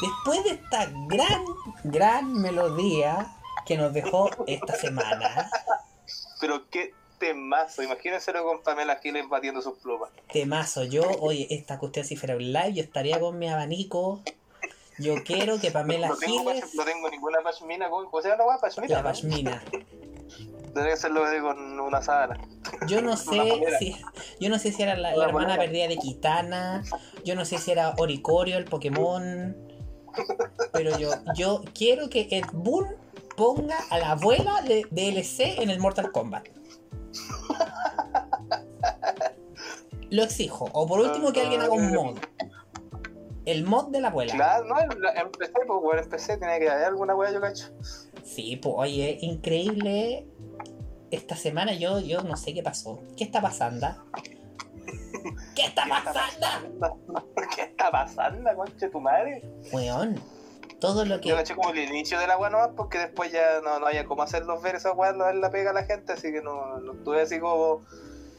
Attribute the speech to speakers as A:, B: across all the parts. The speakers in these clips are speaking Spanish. A: después de esta gran, gran melodía que nos dejó esta semana,
B: Pero qué temazo. Imagínenselo con Pamela Giles batiendo sus plumas.
A: temazo, yo, oye, esta cuestión si fuera un live, yo estaría con mi abanico. Yo quiero que Pamela
B: No tengo,
A: Giles,
B: no tengo ninguna pashmina con. O sea, no va pashmina.
A: la
B: ¿no?
A: Pashmina.
B: Tendría que hacerlo de- con una sábana.
A: Yo no sé si, yo no sé si era la, la
B: Una
A: hermana
B: moneda.
A: perdida de Kitana, yo no sé si era Oricorio el Pokémon, pero yo, yo quiero que Ed Boon ponga a la abuela de DLC en el Mortal Kombat. Lo exijo. O por último que alguien haga un mod. El mod de la abuela.
B: Claro, no, en, la- en PC, pues, bueno, en PC tiene que haber alguna wea, yo cacho.
A: Sí, pues oye, increíble. Esta semana yo, yo no sé qué pasó. ¿Qué está pasando? ¿Qué está pasando?
B: ¿Qué está pasando, conche tu madre?
A: Weón, todo lo
B: Yo
A: que.
B: caché como el inicio de la wea nomás, porque después ya no, no había cómo hacerlos ver esa wea, no la pega a la gente, así que no, no estuve así como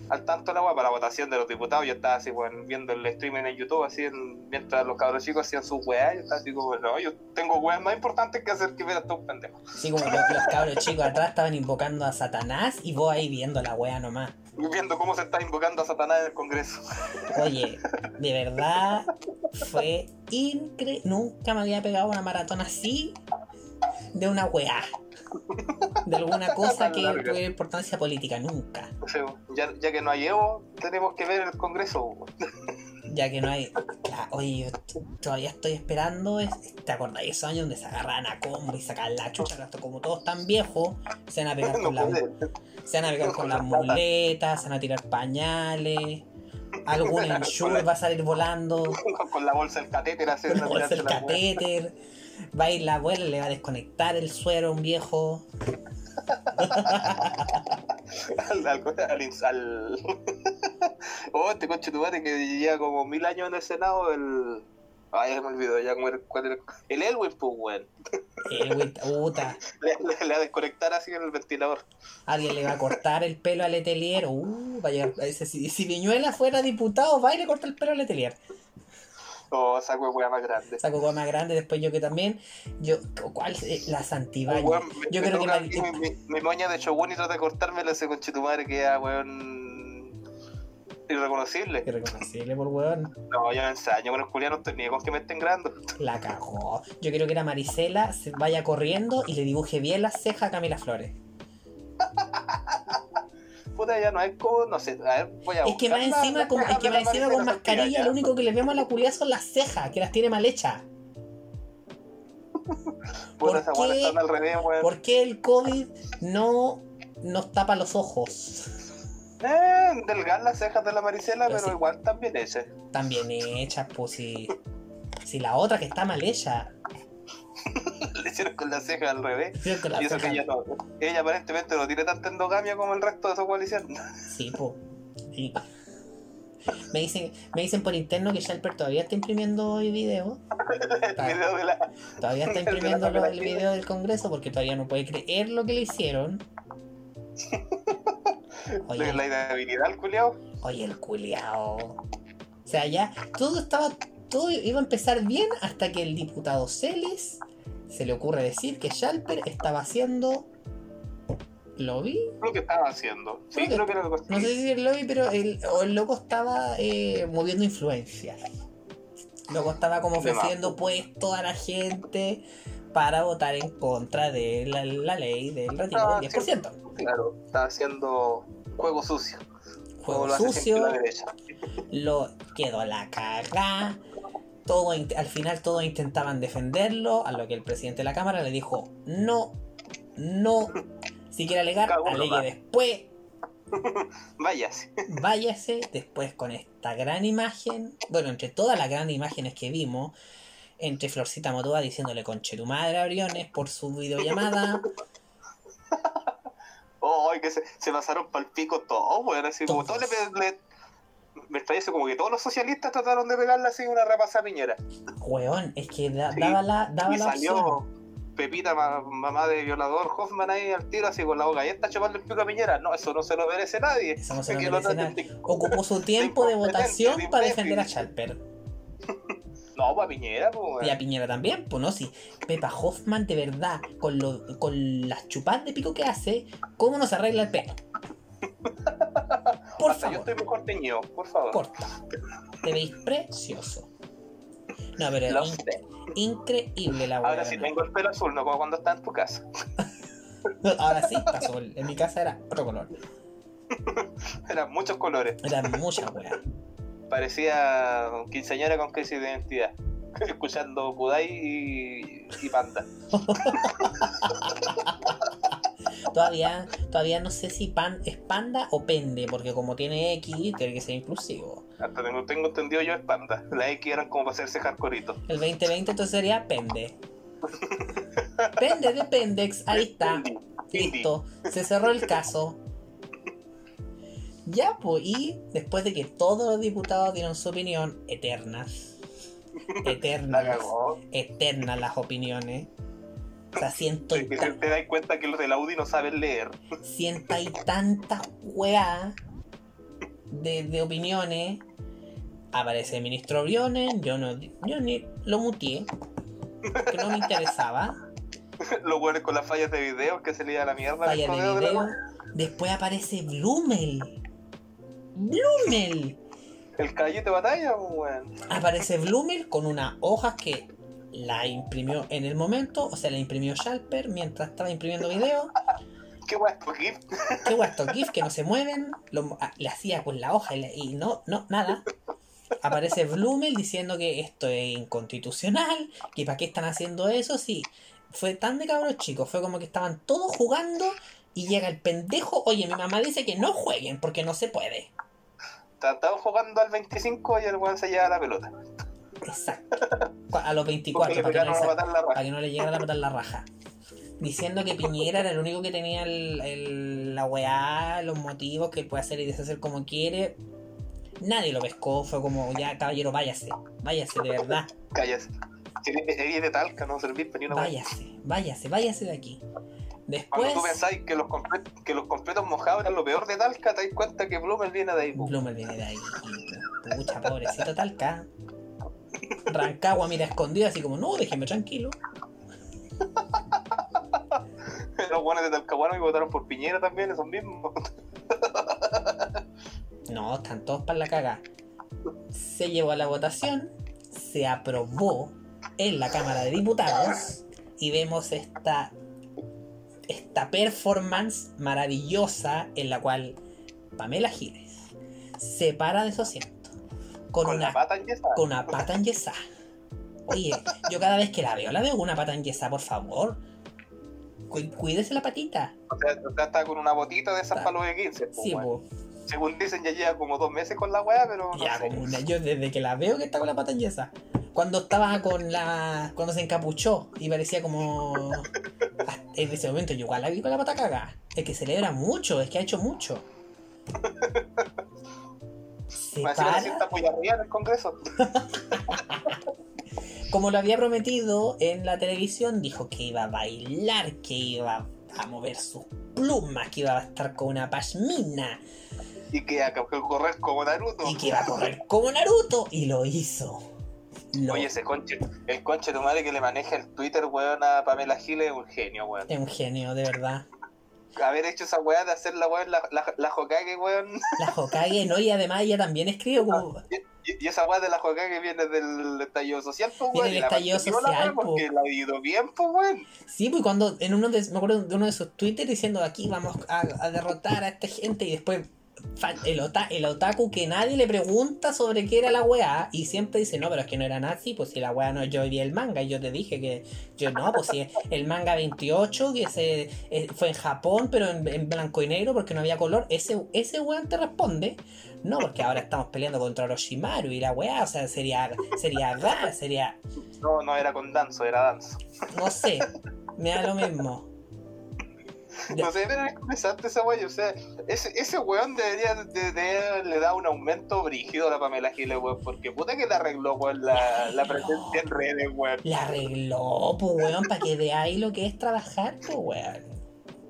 B: al tanto de la wea para la votación de los diputados. Yo estaba así, bueno, viendo el streaming en YouTube, así, en- mientras los cabros chicos hacían sus weas, yo estaba así como, no, yo tengo weas más importantes que hacer que ver a estos pendejos.
A: Así como los, los cabros chicos atrás estaban invocando a Satanás y vos ahí viendo la wea nomás.
B: Y Viendo cómo se está invocando a Satanás en el Congreso.
A: Oye, de verdad fue increíble. Nunca me había pegado una maratón así de una weá. De alguna cosa que
B: Larga.
A: tuviera importancia política, nunca.
B: O sea, ya, ya que no hay Evo, tenemos que ver el Congreso. weón.
A: Ya que no hay. la- oye, yo t- todavía estoy esperando. es- ¿Te acordáis esos años donde se agarraban a combo y sacaban la chucha? Pero hasta como todos tan viejos, se van a pegar
B: No
A: con, la,
B: puede.
A: se van a pegar con las muletas, se van a tirar pañales. Algún enchur va a salir volando.
B: con la bolsa del catéter hacer
A: Una bolsa del
B: la wea.
A: catéter. Va a ir la abuela, le va a desconectar el suero a un viejo.
B: al, al, al ins- al- oh este coche tu madre que lleva como mil años en el senado el ay ya me olvidó ya como era- cuál era- el Elwin pues weón
A: El güey, puta.
B: le, le- le va a desconectar así en el ventilador
A: Alguien le va a cortar el pelo al Letelier. Uh, va a llegar. ese- Si, si Viñuela fuera diputado, va y le corta el pelo al Letelier.
B: o saco Oh, weá más grande
A: saco coma más grande, después yo que también. Yo, ¿cuál? Eh, La Santibáñez.
B: Oh, Weón, me-
A: Yo
B: me
A: creo que
B: toca
A: la-
B: aquí mi, mi- mi moña de shogun y trata de cortármela ese coche tu madre que ya weón irreconocible
A: Irreconocible por weón.
B: no yo no ensayo con los culianos ni con que me estén grando
A: La cagó. Yo creo que la Marisela se vaya corriendo y le dibuje bien la ceja a Camila Flores.
B: puta ya no hay como no sé a ver voy a
A: Es que más
B: buscar la-
A: encima,
B: la-
A: con, es que
B: la-
A: más
B: la-
A: encima
B: la-
A: con
B: la-
A: mascarilla,
B: ya.
A: lo único que le vemos a la culiada son las cejas, que las tiene mal hechas. ¿Por
B: Puta, esa weá
A: qué?
B: está al revés, weón.
A: ¿Por qué el COVID no nos tapa los ojos?
B: Eh, delgar las cejas de la Maricela,
A: Pero
B: pero,
A: sí.
B: igual también ese.
A: Están bien hechas, pues si. Si la otra que está mal hecha.
B: Le hicieron con las cejas al revés.
A: Creo que la
B: y eso que
A: ceja-
B: ella no. Ella aparentemente no tiene tanta endogamia como el resto de su coalición.
A: Sí, po. Y- Me dicen, me dicen por interno que Shalper todavía está imprimiendo hoy video.
B: El video de la.
A: Todavía está
B: El de la
A: imprimiendo lo-
B: Pamela
A: el
B: Giles.
A: video del Congreso porque todavía no puede creer lo que le hicieron.
B: de
A: Oye,
B: la inhabilidad al culiao.
A: oye el culiao. O sea, ya todo estaba. Todo iba a empezar bien hasta que el diputado Celis se le ocurre decir que Shalper estaba haciendo. ¿Lobby?
B: Lo que estaba haciendo. Sí,
A: Creo que-
B: creo que era algo
A: No sé
B: así.
A: si el lobby, pero el, o el loco estaba eh, moviendo influencias. El loco estaba como
B: De más.
A: ofreciendo puestos a la gente para votar en contra de la, la ley del retiro
B: Ah,
A: del 10%.
B: Claro, estaba haciendo juego sucio.
A: Juego
B: como lo hace siempre
A: sucio,
B: la derecha.
A: lo quedó la cagá. Todo, in- al final todos intentaban defenderlo, a lo que el presidente de la Cámara le dijo, no, no, si quiere alegar,
B: Cada uno
A: alegue
B: va.
A: después,
B: Váyase.
A: váyase después con esta gran imagen, bueno, entre todas las grandes imágenes que vimos, entre Florcita Motoa diciéndole conche tu madre a Briones por su videollamada,
B: Oh, ay, que se, se pasaron pa'l pico todos, weón. Así como todos
A: Todos.
B: le. le- me extraña eso, como que todos los socialistas trataron de pegarle así una repasa a Piñera.
A: weón, es que da-
B: Sí,
A: daba la, daba
B: Y
A: Ah, la
B: salió
A: opción.
B: Pepita, ma- mamá de violador Hoffman ahí al tiro, así con la boca abierta, chuparle el pico a Piñera. No, eso no se lo merece nadie.
A: Eso no se lo
B: Que lo
A: merece
B: traten
A: nadie.
B: de-
A: Ocupó su tiempo de
B: incompetente,
A: votación
B: de
A: para
B: imbécil.
A: defender a Chalper.
B: No, para Piñera, pues.
A: Y a Piñera también, pues no, sí. Pepa Hoffman, de verdad, con, lo, con las chupadas de pico que hace, ¿cómo nos arregla el pelo? Por
B: Hasta Yo
A: favor,
B: estoy mejor teñido, por favor.
A: corta. Te veis precioso. No, pero
B: Lo
A: in-
B: sé.
A: increíble la
B: Ahora
A: weá.
B: sí tengo el pelo azul, no como cuando está en tu casa.
A: Ahora sí, pasó. En mi casa era otro color.
B: Eran muchos colores.
A: Eran muchas weas.
B: Parecía quinceañera con crisis de identidad. Escuchando Kudai y, y Panda.
A: Todavía, todavía no sé si pan es panda o pende, porque como tiene X, tiene que ser inclusivo.
B: Hasta tengo, tengo entendido yo es Panda. Las X eran como para hacerse hardcoreito.
A: El 2020 entonces sería pende. Pende de pendex, ahí está.
B: Indie, indie.
A: Listo, se cerró el caso. Ya, pues, y después de que todos los diputados dieron su opinión, eternas.
B: La
A: Eternas.
B: cagó.
A: Eternas las opiniones. O sea, siento y
B: Que te,
A: tan-
B: te das cuenta que los del Audi no saben leer.
A: sienta y tanta weá de, de opiniones. Aparece el ministro Briones, yo no yo ni lo mutié, que no me interesaba.
B: Los hueones con las fallas de video que se le da la mierda. al
A: Vaya de
B: correo la
A: video.
B: wea.
A: Después aparece Blumel. Blumel.
B: El caballito de batalla, pues, weón.
A: Aparece Blumel con unas hojas que la imprimió en el momento, o sea, la imprimió Shalper mientras estaba imprimiendo video.
B: Qué guay, tu GIF.
A: Qué guay estos GIF que no se mueven. Lo, a- le hacía con la hoja y, le- y no, no, nada. Aparece Blumel diciendo que esto es inconstitucional, que para qué están haciendo eso. Sí, fue tan de cabros chicos, fue como que estaban todos jugando y llega el pendejo. Oye, mi mamá dice que no jueguen porque no se puede.
B: Estaban jugando al 25 y el weón se lleva la pelota.
A: Exacto. Cu- A los
B: Porque
A: 24,
B: le
A: para que, no
B: pegaron
A: le
B: a
A: sa-
B: matar la raja.
A: para que no le llegara a matar la raja. Diciendo que Piñera era el único que tenía el- el- la weá, los motivos, que puede hacer y deshacer como quiere. Nadie lo pescó, fue como, ya caballero, váyase, váyase, de verdad,
B: Cállate. Eres eres de Talca, no servís para ni una wea.
A: váyase, váyase, váyase de aquí.
B: Cuando
A: Después,
B: tú pensáis que los, comple- que los completos mojados eran lo peor de Talca, te das cuenta que Blumel viene de ahí. pues. po.
A: Blumel viene de ahí. y, Pucha, pobrecito Talca. Rancagua mira escondido, así como, no, déjeme tranquilo.
B: Los guanes de Talcahuano que votaron por Piñera también, esos mismos.
A: No, están todos para la caga. Se llevó a la votación, se aprobó en la Cámara de Diputados y vemos esta, esta performance maravillosa en la cual Pamela Giles se para de su asiento con,
B: Con
A: una,
B: la pata yesa.
A: con una pata enyesada. Oye, yo cada vez que la veo, la veo con una pata enyesada, por favor. Cu- Cuídese la patita.
B: O sea, o sea, está con una botita de esas
A: Ah.
B: palos de 15. po,
A: Sí,
B: pues, weón.
A: po.
B: Según dicen, ya lleva como dos meses con la weá, pero no
A: Ya,
B: sé.
A: como una- yo desde que la veo que está con la pata enyesa. Cuando estaba con la. Cuando se encapuchó y parecía como. En ese momento yo igual la vi con la pata cagada. Es que celebra mucho, es que ha hecho mucho. Se
B: Me decían así
A: para,
B: está muy arriba en el Congreso.
A: como lo había prometido en la televisión, dijo que iba a bailar, que iba a mover sus plumas, que iba a estar con una pashmina
B: Y que a que correr como Naruto.
A: y que iba a correr como Naruto. Y lo hizo. Lo
B: Oye, ese conche, el conche de tu madre que le maneja el Twitter, weón, a Pamela Giles es un genio, weón.
A: es un genio, de verdad.
B: Haber hecho esa weá de hacer la weón, la, la, la Hokage, weón.
A: La Hokage, ¿no? Y además ella también escribe como...
B: Y, y esa weá de la Hokage viene del estallido social, pues,
A: Viene
B: weón.
A: del
B: y la
A: estallido
B: partió la
A: social,
B: weá porque la ayudó bien, pues, weón.
A: Sí, pues cuando en uno de... Me acuerdo de uno de sus Twitter diciendo aquí vamos a, a derrotar a esta gente y después fa- el, ota- el otaku que nadie le pregunta sobre qué era la weá y siempre dice no, pero es que no era nazi, pues si la weá no, yo vi el manga y yo te dije que yo no, pues si el manga 28 que se eh, fue en Japón pero en, en blanco y negro porque no había color, ese, ese weón te responde. No, porque ahora estamos peleando contra Orochimaru y la weá, o sea, sería, sería, Ga, sería,
B: No, no era con Danzo, era Danzo.
A: No sé, me da lo mismo. Ya.
B: No sé, pero es interesante esa weá. O sea, ese, ese weón debería, de, de- le da un aumento brígido a la Pamela Giles, weón. Porque puta que le arregló, weón, la, la presencia en redes, weón.
A: La arregló, pues weón, para que veáis lo que es trabajar, pues weón.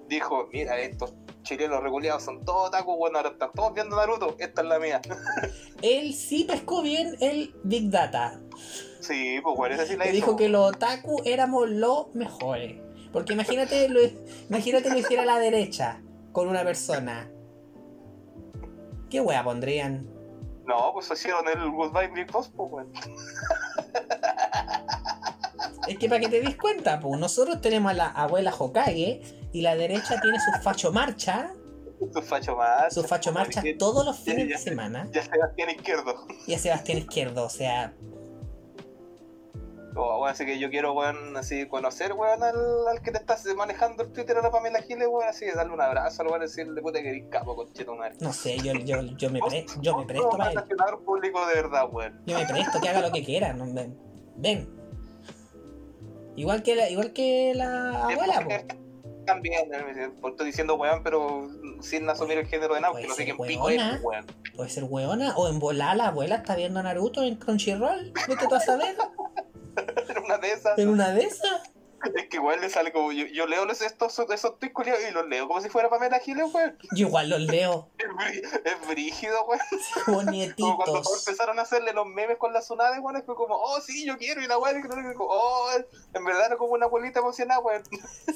B: dijo, mira, estos chilenos reculeados son todos tacos, bueno, ahora están todos viendo Naruto, esta es la mía.
A: Él sí pescó bien el Big Data.
B: Sí, pues bueno, esa sí la
A: Que
B: hizo.
A: dijo que los otaku éramos los mejores. Porque imagínate lo, imagínate lo hiciera la derecha con una persona. ¿Qué wea pondrían?
B: No, pues hicieron el Goodbye Big Boss, pues bueno.
A: Es que para que te des cuenta, pues nosotros tenemos a la abuela Hokage y la derecha tiene su facho marcha,
B: Su facho más.
A: su facho marcha todos los fines de semana
B: Ya Sebastián Izquierdo.
A: y a Sebastián Izquierdo, o sea,
B: Oh, bueno, así que yo quiero, weón, así conocer, weón, al, al que te estás manejando el Twitter a la Pamela Giles, weón, así que darle un abrazo al weón y decirle, puta, que eres capo, conchetumare.
A: no sé, yo, yo, yo, me, pre- yo me presto para él.
B: un público de verdad, weón.
A: Yo me presto, que haga lo que quiera. No, ven. ven. Igual que la, igual que la abuela, Ah, po.
B: También, eh, por estoy diciendo weón, pero sin asumir el género de nada, porque
A: Puede
B: no sé
A: ser
B: quién pico es,
A: Pues, eh, weona.
B: weón.
A: Puede ser weona. O en volar la abuela está viendo Naruto en Crunchyroll. Vete tú a saber.
B: Era una de esas.
A: En una de esas.
B: Es que igual le sale como. Yo, yo leo los- estos, esos tweets culiados y los leo como si fuera Pamela Giles, weón.
A: Yo igual los leo.
B: Es, brí- es brígido, weón.
A: así Como
B: Como cuando todos
A: nietitos.
B: empezaron a hacerle los memes con la Tsunade, weón, fue como, oh, sí, yo quiero, y la weón, oh, en verdad era como una abuelita emocionada, weón.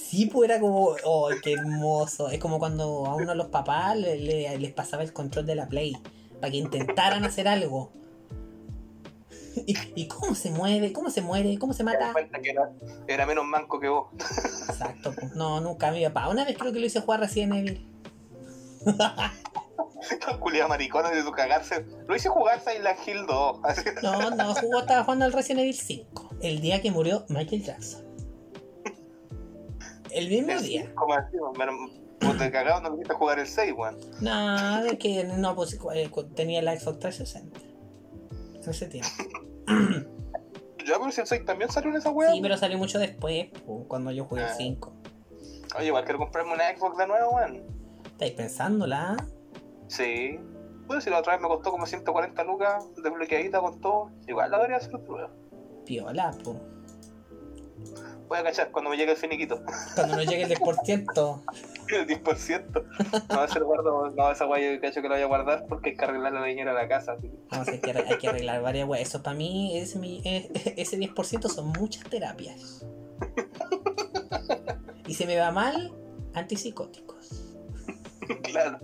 A: Sí, pues era como, oh, qué hermoso. Es como cuando a uno de los papás le- le- les pasaba el control de la Play. Para que intentaran hacer algo. ¿Y, y cómo se mueve? ¿Cómo se muere? ¿Cómo se
B: Me
A: mata?
B: di cuenta que era, era menos manco que vos.
A: Exacto, pues, no, nunca mi papá. Una vez creo que lo hice jugar recién Evil.
B: Culiada maricona de su cagarse. Lo hice jugar Silent Hill 2. así.
A: No, no, jugó, estaba jugando al Resident Evil 5. El día que murió Michael Jackson. El mismo día.
B: Como así, me- Vos te cagabas, no quisiste jugar el 6, weón.
A: No, es que no, pues eh, cu- tenía el Xbox 360. En ese tiempo.
B: Ya, pero si el 6 también salió en esa weón.
A: Sí, pero salió mucho después, pues, cuando yo jugué el
B: Ah.
A: 5.
B: Oye, igual quiero comprarme una Xbox de nuevo, weón.
A: Estáis pensándola.
B: Sí. Bueno, si la otra vez me costó como 140 lucas, desbloqueadita con todo, igual la debería hacer prueba.
A: Piola, pues.
B: Voy a cachar cuando me llegue el finiquito.
A: Cuando no llegue el 10%.
B: El 10%. No, ese lo guardo, no, esa guay yo cacho que lo voy a guardar porque hay que arreglar la leñera de la casa. así que-
A: Vamos, hay que, arre- hay que arreglar varias weas. Eso para mí, es mi, es- ese 10% son muchas terapias. Y se me va mal, antipsicóticos.
B: Claro.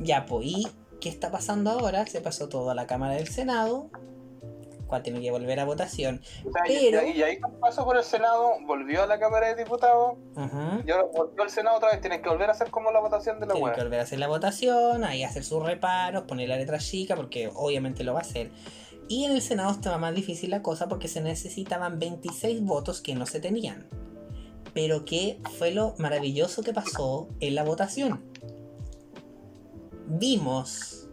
A: Ya, pues, ¿y qué está pasando ahora? Se pasó todo a la Cámara del Senado. Cuál tiene que volver a votación.
B: O sea, y-
A: Pero-
B: Y, y ahí pasó por el Senado, volvió a la Cámara de Diputados,
A: Ujú.
B: y ahora volvió al Senado otra vez. Tienen que volver a hacer como la votación de la
A: Tiene que
B: web.
A: volver a hacer la votación, ahí hacer sus reparos, poner la letra chica, porque obviamente lo va a hacer. Y en el Senado estaba más difícil la cosa porque se necesitaban 26 votos que no se tenían. Pero ¿qué fue lo maravilloso que pasó en la votación? Vimos,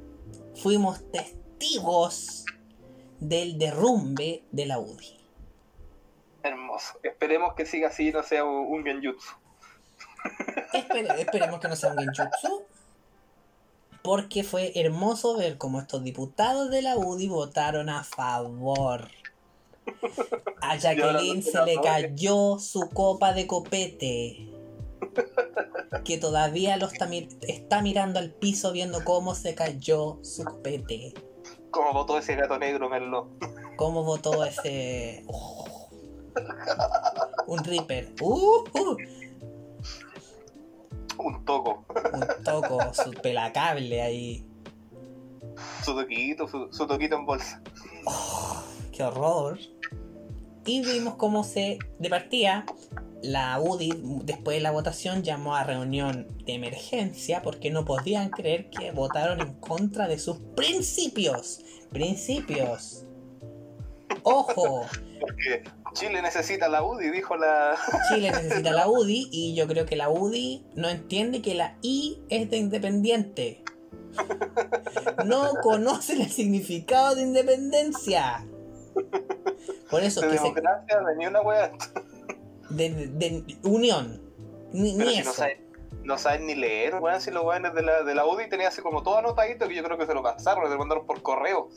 A: fuimos testigos del derrumbe de la UDI.
B: Hermoso. Esperemos que siga así, no sea un un genjutsu.
A: Espere- esperemos que no sea un genjutsu. Porque fue hermoso ver cómo estos diputados de la UDI votaron a favor. A Jacqueline se le cayó su copa de copete. Que todavía lo está, mi- está mirando al piso viendo cómo se cayó su copete.
B: Como votó ese gato negro, Merlo.
A: Cómo votó ese. Oh. un Reaper. Uh, uh.
B: Un toco.
A: un toco, su pelacable ahí.
B: Su toquito, su, su toquito en bolsa.
A: ¡Qué horror! Y vimos cómo se departía. La UDI, después de la votación, llamó a reunión de emergencia porque no podían creer que votaron en contra de sus principios. ¡Principios! ¡Ojo!
B: Porque Chile necesita la UDI, dijo la.
A: Chile necesita la UDI y yo creo que la UDI no entiende que la I es de independiente. No conocen el significado de independencia. Por eso
B: de
A: es que se
B: democracia, de ni una wea.
A: de, de unión. Ni,
B: Pero
A: ni
B: si
A: eso.
B: no saben, no saben ni leer, weón. Si los weones de la, de la UDI tenían así como todo anotadito que yo creo que se lo pasaron, se lo mandaron por correo.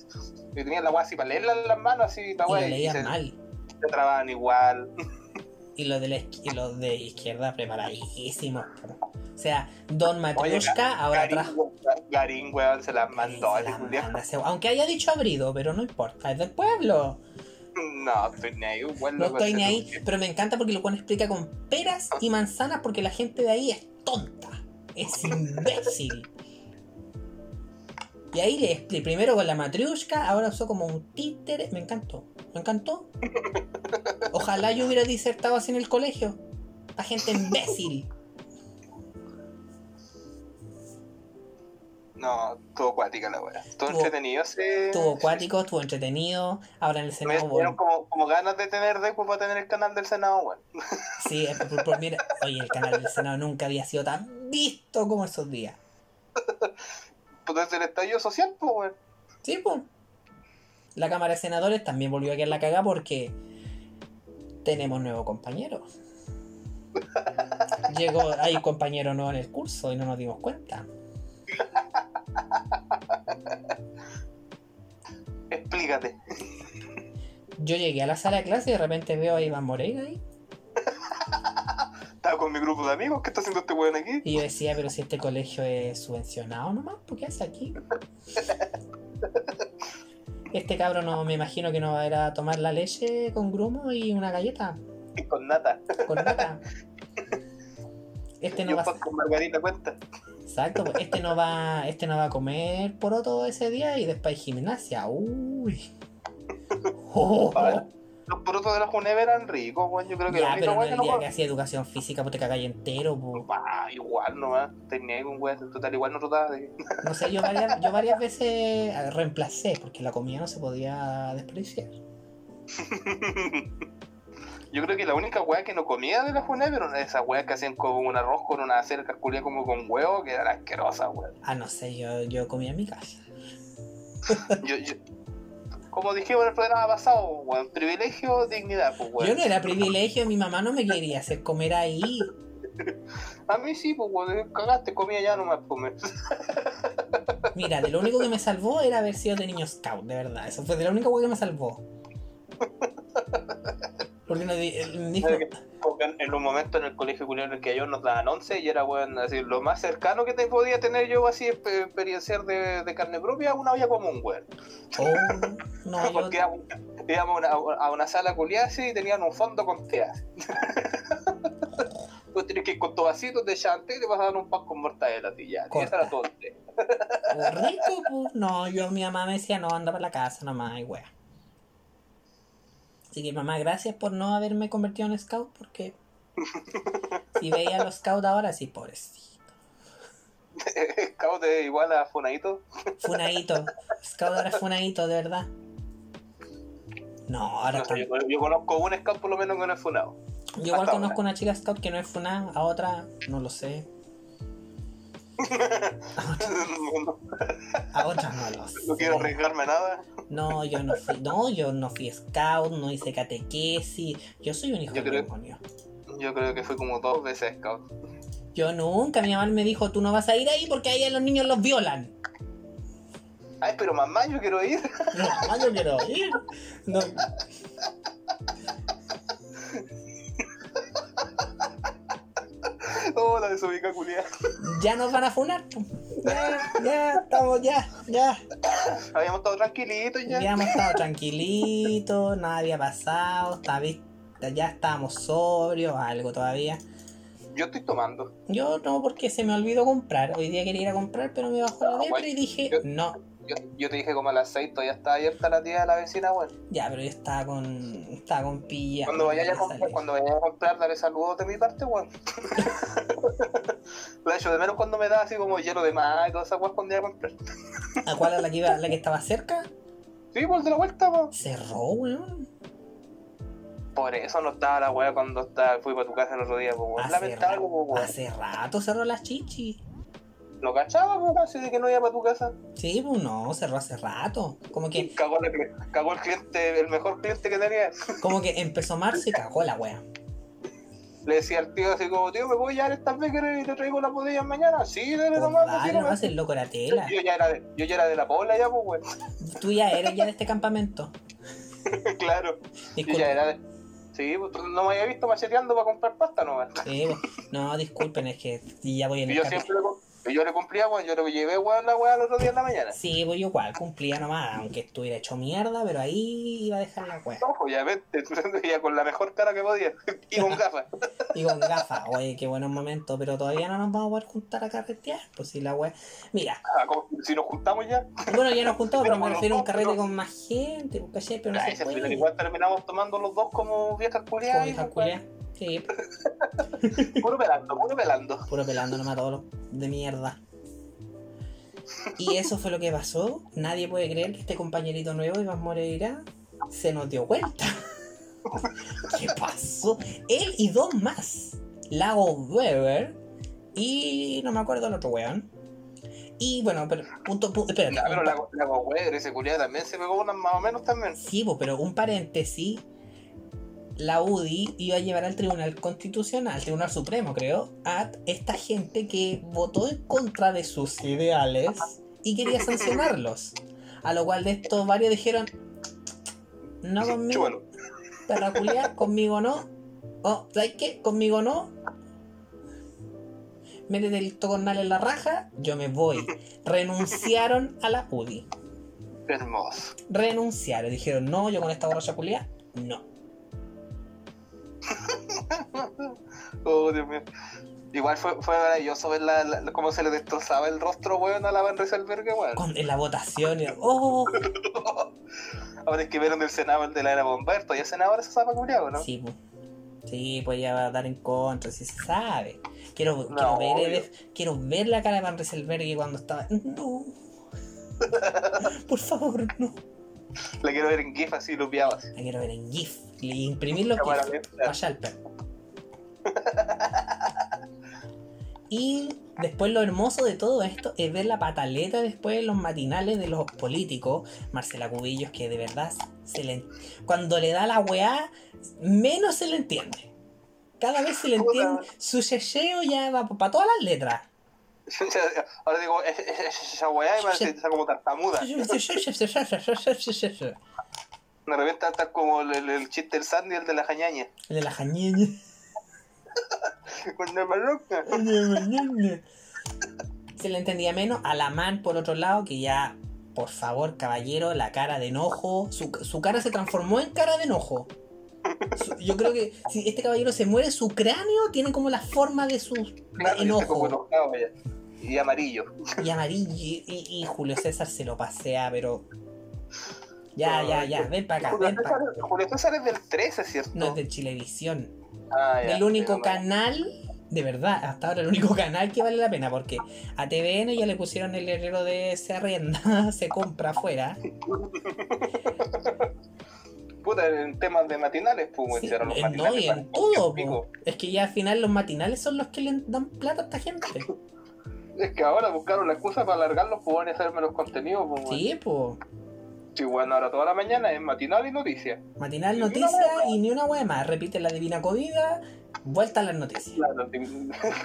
B: Y tenían la weá así para leerla en las manos, así la
A: y lo
B: weá. Y,
A: leían
B: se,
A: mal.
B: se trababan igual.
A: Y los de, la, izqui- y los de izquierda preparadísimos. po. O sea, Don
B: Ga-
A: Matrushka ahora
B: Garín,
A: trajo.
B: weón, Garín, weón, se las mandó.
A: Se
B: ese
A: la
B: culiao.
A: manda, se- Aunque haya dicho abrido, pero no importa, es del pueblo.
B: No, estoy ni ahí, weón.
A: No
B: loco,
A: estoy ni
B: ese
A: ahí,
B: truque.
A: pero me encanta porque lo cual explica con peras y manzanas porque la gente de ahí es tonta, es imbécil. Y ahí le expli- primero con la matriushka, ahora usó como un títere, me encantó, me encantó. Ojalá yo hubiera disertado así en el colegio, a gente imbécil.
B: No, estuvo cuática la weá. Estuvo
A: Estuvo-
B: entretenido. ese-
A: Estuvo acuático, estuvo entretenido, ahora en el
B: Me
A: Senado...
B: dieron
A: vol-
B: como, como ganas de tener de para tener el canal del Senado, weón.
A: Sí, es por- por- mira, oye, el canal del Senado nunca había sido tan visto como esos días.
B: Pues desde el estallido social, pues, weón.
A: Sí, pues. La Cámara de Senadores también volvió a quedar la cagada porque tenemos nuevo compañero. Llegó, hay compañero nuevo en el curso y no nos dimos cuenta.
B: Explícate.
A: Yo llegué a la sala de clase y de repente veo a Iván Moreira ahí.
B: Estaba con mi grupo de amigos. ¿Qué está haciendo este weón aquí?
A: Y yo decía, pero si este colegio es subvencionado nomás, ¿por qué hace aquí? Este cabro no, me imagino que no va a ir a tomar la leche con grumo y una galleta
B: Con nata.
A: con nata. Este
B: Yo
A: no va a
B: pan con margarita cuenta.
A: Exacto, pues, este no va, este no va a comer poroto ese día y después hay gimnasia. Uy. Oh.
B: Vale. Los porotos de la Juneve eran ricos, weón. Yo creo que
A: Ya,
B: la única
A: pero no
B: weá que
A: el
B: no
A: día que
B: comía-
A: hacía educación física, pues te cagáis entero, pues.
B: Ah, igual nomás. Tenía ahí un weón. Total, igual no trataba de.
A: No sé, yo varias, yo varias veces eh, reemplacé porque la comida no se podía desperdiciar.
B: Yo creo que la única weá que no comía de la Juneve eran esas weas que hacían como un arroz con una cerca culia como con huevo, que eran asquerosas, weón.
A: Ah, no sé, yo, yo comía en mi casa.
B: Yo, yo, como dijimos en el programa pasado, weón, privilegio, dignidad, pues, weón.
A: Yo no era privilegio, mi mamá no me quería hacer comer ahí.
B: A mí sí, pues, weón, cagaste, comía ya nomás, pues, me-
A: Mira, de lo único que me salvó era haber sido de niño scout, de verdad. Eso fue de la única hueá que me salvó. Porque no di- eh, dijo,
B: porque en- en un momento en el colegio culiao en el que yo nos daban 11 y era, weón, así, lo más cercano que te podía tener yo así, exper- experienciar de, de carne propia, una olla común, weón.
A: oh, no, yo,
B: Porque íbamos íbamos a una, a una sala culiada así y tenían un fondo con té. así. Tú tienes que ir con tu vasito de chanté y te vas a dar un pan con mortadela a ti ya. Y
A: Corta.
B: esa era todo el té.
A: oh, rico, pues. No, yo, mi mamá me decía, no, anda para la casa nomás, y wea. Así que, mamá, gracias por no haberme convertido en scout, porque si veía a los scouts ahora, sí, pobrecito.
B: Cabo de igual a Funadito.
A: Funadito, scout ahora es funadito, de verdad. No, ahora
B: No sé,
A: está.
B: yo, yo conozco un scout por lo menos que no es funado.
A: Yo igual
B: Hasta
A: conozco una chica scout que no es funada, a otra no lo sé,
B: no,
A: a otra no lo sé.
B: no quiero arriesgarme a nada.
A: No, yo no fui, no, yo no fui scout, no hice catequesis, yo soy un hijo
B: Yo
A: de
B: creo-
A: demonio.
B: Yo creo que fui como dos veces scout.
A: Yo nunca, mi mamá me dijo, tú no vas a ir ahí porque ahí a los niños los violan.
B: Ay, pero mamá, yo quiero ir.
A: No, mamá, yo quiero ir. No.
B: Oh, la desubica culiada.
A: Ya nos van a funar. po. Ya, ya, estamos, ya, ya.
B: Habíamos estado tranquilitos ya.
A: Ya hemos estado tranquilitos, nada había pasado, está vi- ya estábamos sobrios, algo todavía.
B: Yo estoy tomando.
A: Yo no, porque se me olvidó comprar. Hoy día quería ir a comprar, pero me bajó la depre y dije, no,
B: Ah, Yo, yo te dije como a las seis, todavía está abierta la tía de la vecina, weón.
A: Ya, pero yo estaba con. Estaba con pilla.
B: Cuando vayas a
A: no
B: comprar,
A: salí.
B: cuando vayas a comprar, dale saludos de mi parte, weón. La echo de menos cuando me da así como hielo de más y todas esas weas cuando iba a comprar.
A: ¿A cuál era la que, iba- la que estaba cerca?
B: Sí, por de la vuelta, po.
A: Cerró, weón.
B: Por eso no estaba la wea cuando estaba, fui para tu casa el otro día, po, weón.
A: Hace
B: Lamentable, po, weón.
A: Hace rato cerró la chichi.
B: Lo cachaba, po, weón, así de que no iba para tu casa.
A: Sí, pues no, cerró hace rato. Como que,
B: Cagó, la cli- cagó el cliente, el mejor cliente que tenía.
A: como que empezó marzo y cagó la wea.
B: Le decía al tío así como, tío, ¿me voy a llevar estas beckers y te traigo las botellas mañana? Sí, dale
A: Pues
B: nomás,
A: vale,
B: así
A: no
B: nomás.
A: haces loco la tela.
B: Yo ya, era de, yo ya era de la pobla ya, pues, weón.
A: Tú ya eres ya de este campamento.
B: claro. Yo ya
A: Disculpen.
B: era de- Sí, pues, tú no me había visto macheteando para comprar pasta, ¿no?
A: Sí, pues, no, disculpen, es que ya voy en
B: Y
A: el
B: yo
A: capi-
B: siempre, le com- Y yo le cumplía, weón, yo lo llevé, weón, la weá el otro día en la mañana.
A: Sí, pues yo igual cumplía nomás, aunque estuviera hecho mierda, pero ahí iba a dejar la weá.
B: Ojo, ya ves, te ya con la mejor cara que podía. Y con gafas.
A: Y con gafas, oye, qué buenos momentos, pero todavía no nos vamos a poder juntar a carretear. Pues si la weá. Mira,
B: Ah, como Si nos juntamos ya,
A: bueno, ya nos juntamos, pero
B: Pero
A: me
B: con los
A: refiero a un
B: dos,
A: carrete
B: ¿no?
A: con más gente, pues, ¿cachai? Pero no
B: Ay,
A: se
B: si al final
A: puede.
B: igual terminamos tomando los dos como viejas
A: Como
B: culiadas. y,
A: vieja
B: pues,
A: culia. Sí,
B: Puro pelando, puro pelando.
A: puro pelando nomás todos los de mierda. Y eso fue lo que pasó. Nadie puede creer que este compañerito nuevo, Iván Moreira, se nos dio cuenta. ¿Qué pasó? Él y dos más. Lago Weber y no me acuerdo el otro weón. Y bueno, pero punto, pu- espérate,
B: Ya, Ah, pero
A: un
B: la,
A: pa-
B: la Weber, ese culiado también se pegó unas más o menos también.
A: sí, po, pero un paréntesis. La UDI iba a llevar al Tribunal Constitucional, al Tribunal Supremo, creo, a esta gente que votó en contra de sus ideales y quería sancionarlos. A lo cual de estos varios dijeron, no conmigo,
B: Chúbalo.
A: perra culiá, conmigo no. Oh, ¿sabes qué? Conmigo no. Métete el tocornal en la raja, yo me voy. Renunciaron a la UDI.
B: Hermoso.
A: Renunciaron. Dijeron, no, yo con esta borracha culiá, no.
B: Oh, Dios mío. Igual fue, fue maravilloso ver la, la- cómo se le destrozaba el rostro, weón, a la Van Rieselberger, weón.
A: Con, en la votación, y- oh,
B: Ahora es que vieron el senador el de la era Bomberto. Ya senador se sabe culiado, ¿no?
A: Sí, pues. Sí, pues ya va a votar en contra, si se sabe. Quiero, quiero,
B: No,
A: ver, el-
B: obvio.
A: quiero ver la cara de Van Rieselberg cuando estaba. No. Por favor, no.
B: La quiero ver en GIF así, lupeado. así.
A: La quiero ver en GIF. Y imprimir los
B: Cámara
A: GIF.
B: lenta.
A: Vaya al perro. Y después lo hermoso de todo esto es ver la pataleta después en los matinales de los políticos. Marcela Cubillos, que de verdad se le, cuando le da la weá, menos se le entiende. Cada vez se le
B: Puta.
A: entiende. Su yeyeo ya va para todas las letras.
B: Ahora digo, "Eh, eh, eh, esa weá y me está como tartamuda.
A: El
B: De repente está como el, el- el chiste del Sandy, el de la jañaña.
A: de la jañeña.
B: Con la maluca.
A: Se le entendía menos a la man por otro lado, que ya, por favor, caballero, la cara de enojo. Su, su cara se transformó en cara de enojo. Su- yo creo que si este caballero se muere, su cráneo tiene como la forma de su
B: Claro, yo estoy como
A: enojo.
B: enojado ya. Y amarillo.
A: Y amarillo. Y, y Julio César se lo pasea, pero. Ya, ya, ya, ven para acá,
B: Julio
A: ven para
B: César,
A: acá.
B: Julio César es del 13, ¿cierto?
A: No es de Chilevisión.
B: Ah, ya,
A: el único
B: pero no.
A: canal, de verdad, hasta ahora el único canal que vale la pena, porque a TVN ya le pusieron el herrero de se arrienda, se compra afuera.
B: Puta, en temas de matinales, pues, weón,
A: Sí,
B: si ahora los
A: en- no,
B: matinales
A: y
B: valen
A: en todo.
B: pico.
A: po. Es que ya al final los matinales son los que le dan plata a esta gente.
B: Es que ahora buscaron la excusa para alargar los jugones y hacerme los contenidos, pues, weón.
A: Sí, pues.
B: Sí, bueno, ahora toda la mañana es matinal y noticias.
A: Matinal
B: Ni una
A: noticias
B: hueá más.
A: y ni una hueá más. Repite la divina comida, vuelta a las noticias.
B: Claro, ti-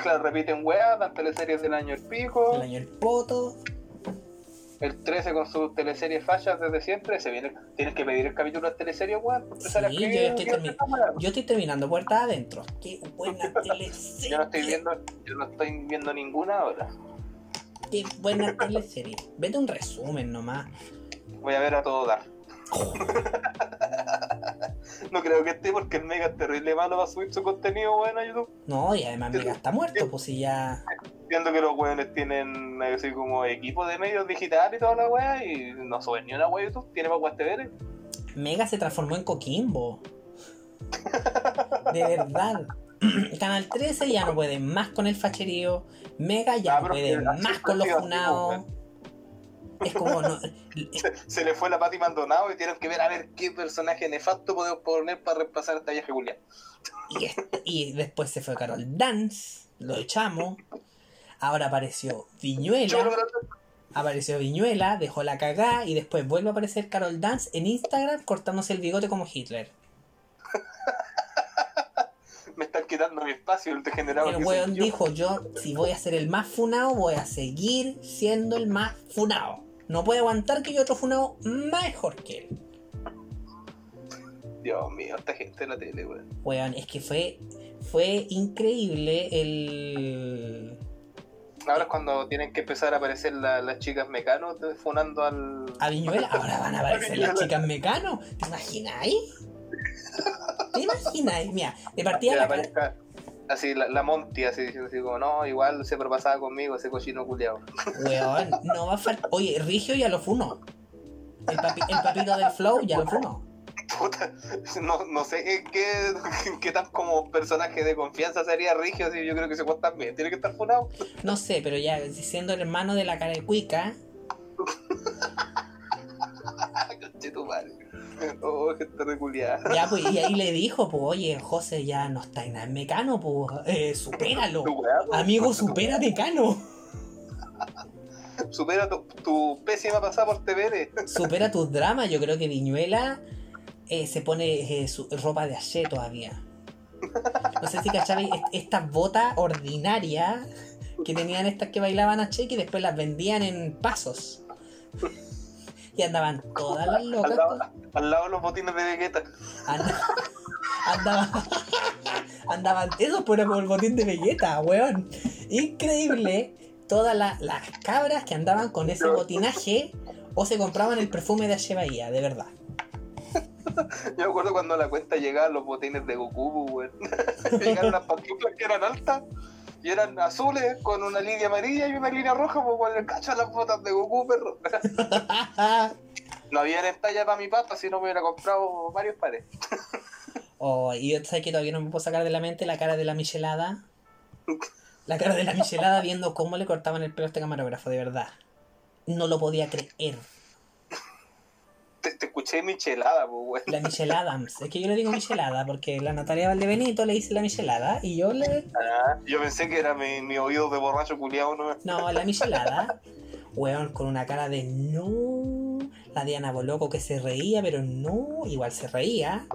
B: claro, repiten weas, dan teleseries del año el pico.
A: El año el poto.
B: El 13 con sus teleseries fallas desde siempre. Se viene, tienes que pedir el capítulo de teleseries, weón. para empezar a
A: Sí, yo ya
B: escribir
A: estoy
B: el guión de
A: termi-
B: esta weá.
A: Yo estoy terminando puertas adentro. Qué buena
B: Yo no estoy
A: teleserie.
B: viendo, yo no estoy viendo ninguna ahora.
A: Qué buena teleserie. Vete un resumen nomás.
B: Voy a ver a todo dar. No creo que esté porque el mega es terrible malo va a subir su contenido bueno a YouTube.
A: No, y además Mega está muerto, pues si ya.
B: Viendo que los weones tienen eh, así como equipo de medios digitales y toda la wea y no suben ni una wea a YouTube, tiene para weas eh. TVN.
A: Mega se transformó en Coquimbo. De verdad. Canal 13 ya no puede más con el facherío. Mega ya
B: Ah,
A: no
B: pero
A: puede
B: que así
A: más con los
B: fue así, pues, ¿eh?
A: funados. Es como. No,
B: Se le fue la Pati Maldonado y tienen que ver a ver qué personaje nefasto podemos poner para reemplazar a esta vieja Julia.
A: y, es- y después se fue Carol Dance. Lo echamos. Ahora apareció
B: Yo
A: Viñuela.
B: lo creo-
A: Apareció Viñuela, dejó la cagá y después vuelve a aparecer Carol Dance en Instagram cortándose el bigote como Hitler.
B: me están quitando mi espacio, el degenerado.
A: El
B: que soy
A: weón
B: yo.
A: dijo, yo si voy a ser el más funado, voy a seguir siendo el más funado. No puede aguantar que haya otro funado mejor que él.
B: Dios mío, esta gente en la tele, weón.
A: Weón, es que fue, fue increíble el...
B: Ahora es cuando tienen que empezar a aparecer la- las chicas mecano funando al.
A: a Viñuela, ahora van a aparecer las chicas mecano. ¿Te imaginas ahí? ¿Te imaginas ahí? Mira, de partida
B: que
A: la, cara-
B: aparezca Así, la, la Monty, así diciendo, así como, no, igual siempre pasaba conmigo ese cochino culiado.
A: Weón, no va a faltar. Oye, Rigio ya lo funo. El, papi- el papito del Flow ya lo funo.
B: Puta, no, no sé en qué, en qué tan como personaje de confianza sería Rigio, así yo creo que ese weón también tiene que estar funado.
A: No sé, pero ya siendo el hermano de la cara de Cuica,
B: Conchetumare. Oh, gente reculiada.
A: ya pues, y ahí le dijo, pues, oye, José ya no está en el mecano, pues, eh, supéralo. Amigo, supera mecano.
B: Supera tu, tu pésima pasada por TVN.
A: Supera tus dramas. Yo creo que Viñuela eh, se pone eh, su ropa de ayer todavía. No sé si cachabais est- estas botas ordinarias que tenían estas que bailaban a cheque y después las vendían en pasos. Y andaban todas las
B: Al
A: locas.
B: lado, al lado de los botines de Vegeta.
A: Anda- Andaban. Andaban. Eso fuera como el botín de Vegeta, weón. Increíble. Todas la- las cabras que andaban con ese botinaje o se compraban el perfume de Ache Bahía, de verdad.
B: Yo me acuerdo cuando a la cuenta llegaban los botines de Goku, pues, weón. Llegaron las pantuflas que eran altas y eran azules con una línea amarilla y una línea roja, pues, weón. Le cacho a las botas de Goku, perro. No había en talla para mi pata, si no me hubiera comprado varios pares.
A: Oh, y yo sé que todavía no me puedo sacar de la mente la cara de la michelada. La cara de la michelada viendo cómo le cortaban el pelo a este camarógrafo, de verdad. No lo podía creer.
B: Te, te escuché michelada, pues, weón.
A: La Michelle Adams. Es que yo le digo Michelada porque la Natalia Valdebenito le dice la Michelada y yo le
B: Ah, yo pensé que era mi, mi oído de borracho culiado, ¿no?
A: No, la michelada. Weón, con una cara de no. La Diana Boloco que se reía, pero no, igual se reía.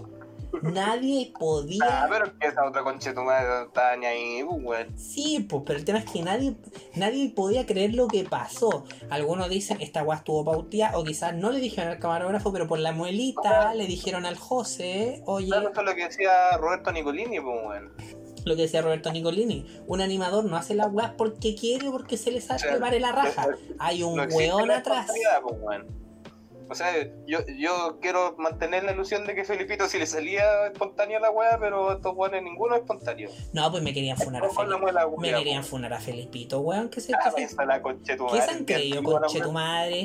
A: Nadie
B: Ah,
A: podía.
B: pero es que esa otra conchetumada está ni ahí, pues, weón.
A: Sí, pues, pero el tema es que nadie, nadie podía creer lo que pasó. Algunos dicen, esta guas estuvo pautía, o quizás no le dijeron al camarógrafo, pero por la muelita le dijeron al José, oye,
B: Claro, eso es lo que decía Roberto Nicolini, pues, weón.
A: lo que decía Roberto Nicolini, un animador no hace las guas porque quiere, porque se les hace
B: Claro.
A: prepare la raja. Hay un
B: No existe
A: weón
B: la
A: atrás.
B: responsabilidad, pues, weón. O sea, yo, yo quiero mantener la ilusión de que Felipito si le salía espontáneo la weá, pero estos weones ninguno es espontáneo.
A: No, pues me querían funar a
B: Vamos con
A: Felipe.
B: la muela,
A: Me
B: weón.
A: querían funar a Felipito, weón. ¿Qué se,
B: Ah,
A: qué se-
B: esa la conchetumada.
A: qué se han creído, conche tu
B: Weón,
A: madre?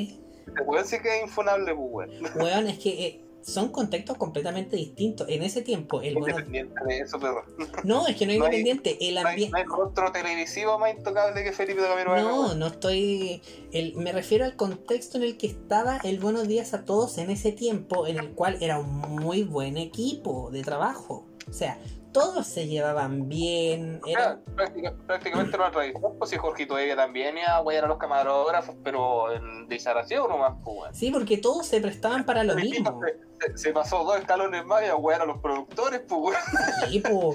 B: Este weón sí que es infunable, pues, weón.
A: Weón, es que eh, son contextos completamente distintos. En ese tiempo, el mono...
B: Independiente de eso, perro.
A: No, es que no es
B: No hay-
A: independiente. El
B: No hay,
A: ambiente...
B: no hay rostro televisivo más intocable que Felipe Camilo Vaca,
A: No,
B: weón.
A: no estoy... el- me refiero al contexto en el que estaba el Buenos Días a Todos en ese tiempo, en el cual era un muy buen equipo de trabajo. O sea, todos se llevaban bien.
B: Claro,
A: Era...
B: práctica- prácticamente no tradición, pues si Jorgito Evia también iba a huear a los camarógrafos, pero en disaración nomás, pues, weón.
A: Sí, porque todos se prestaban para lo mismo.
B: Se, se- se pasó dos escalones más y a weón a los productores, pues weón.
A: Sí, po.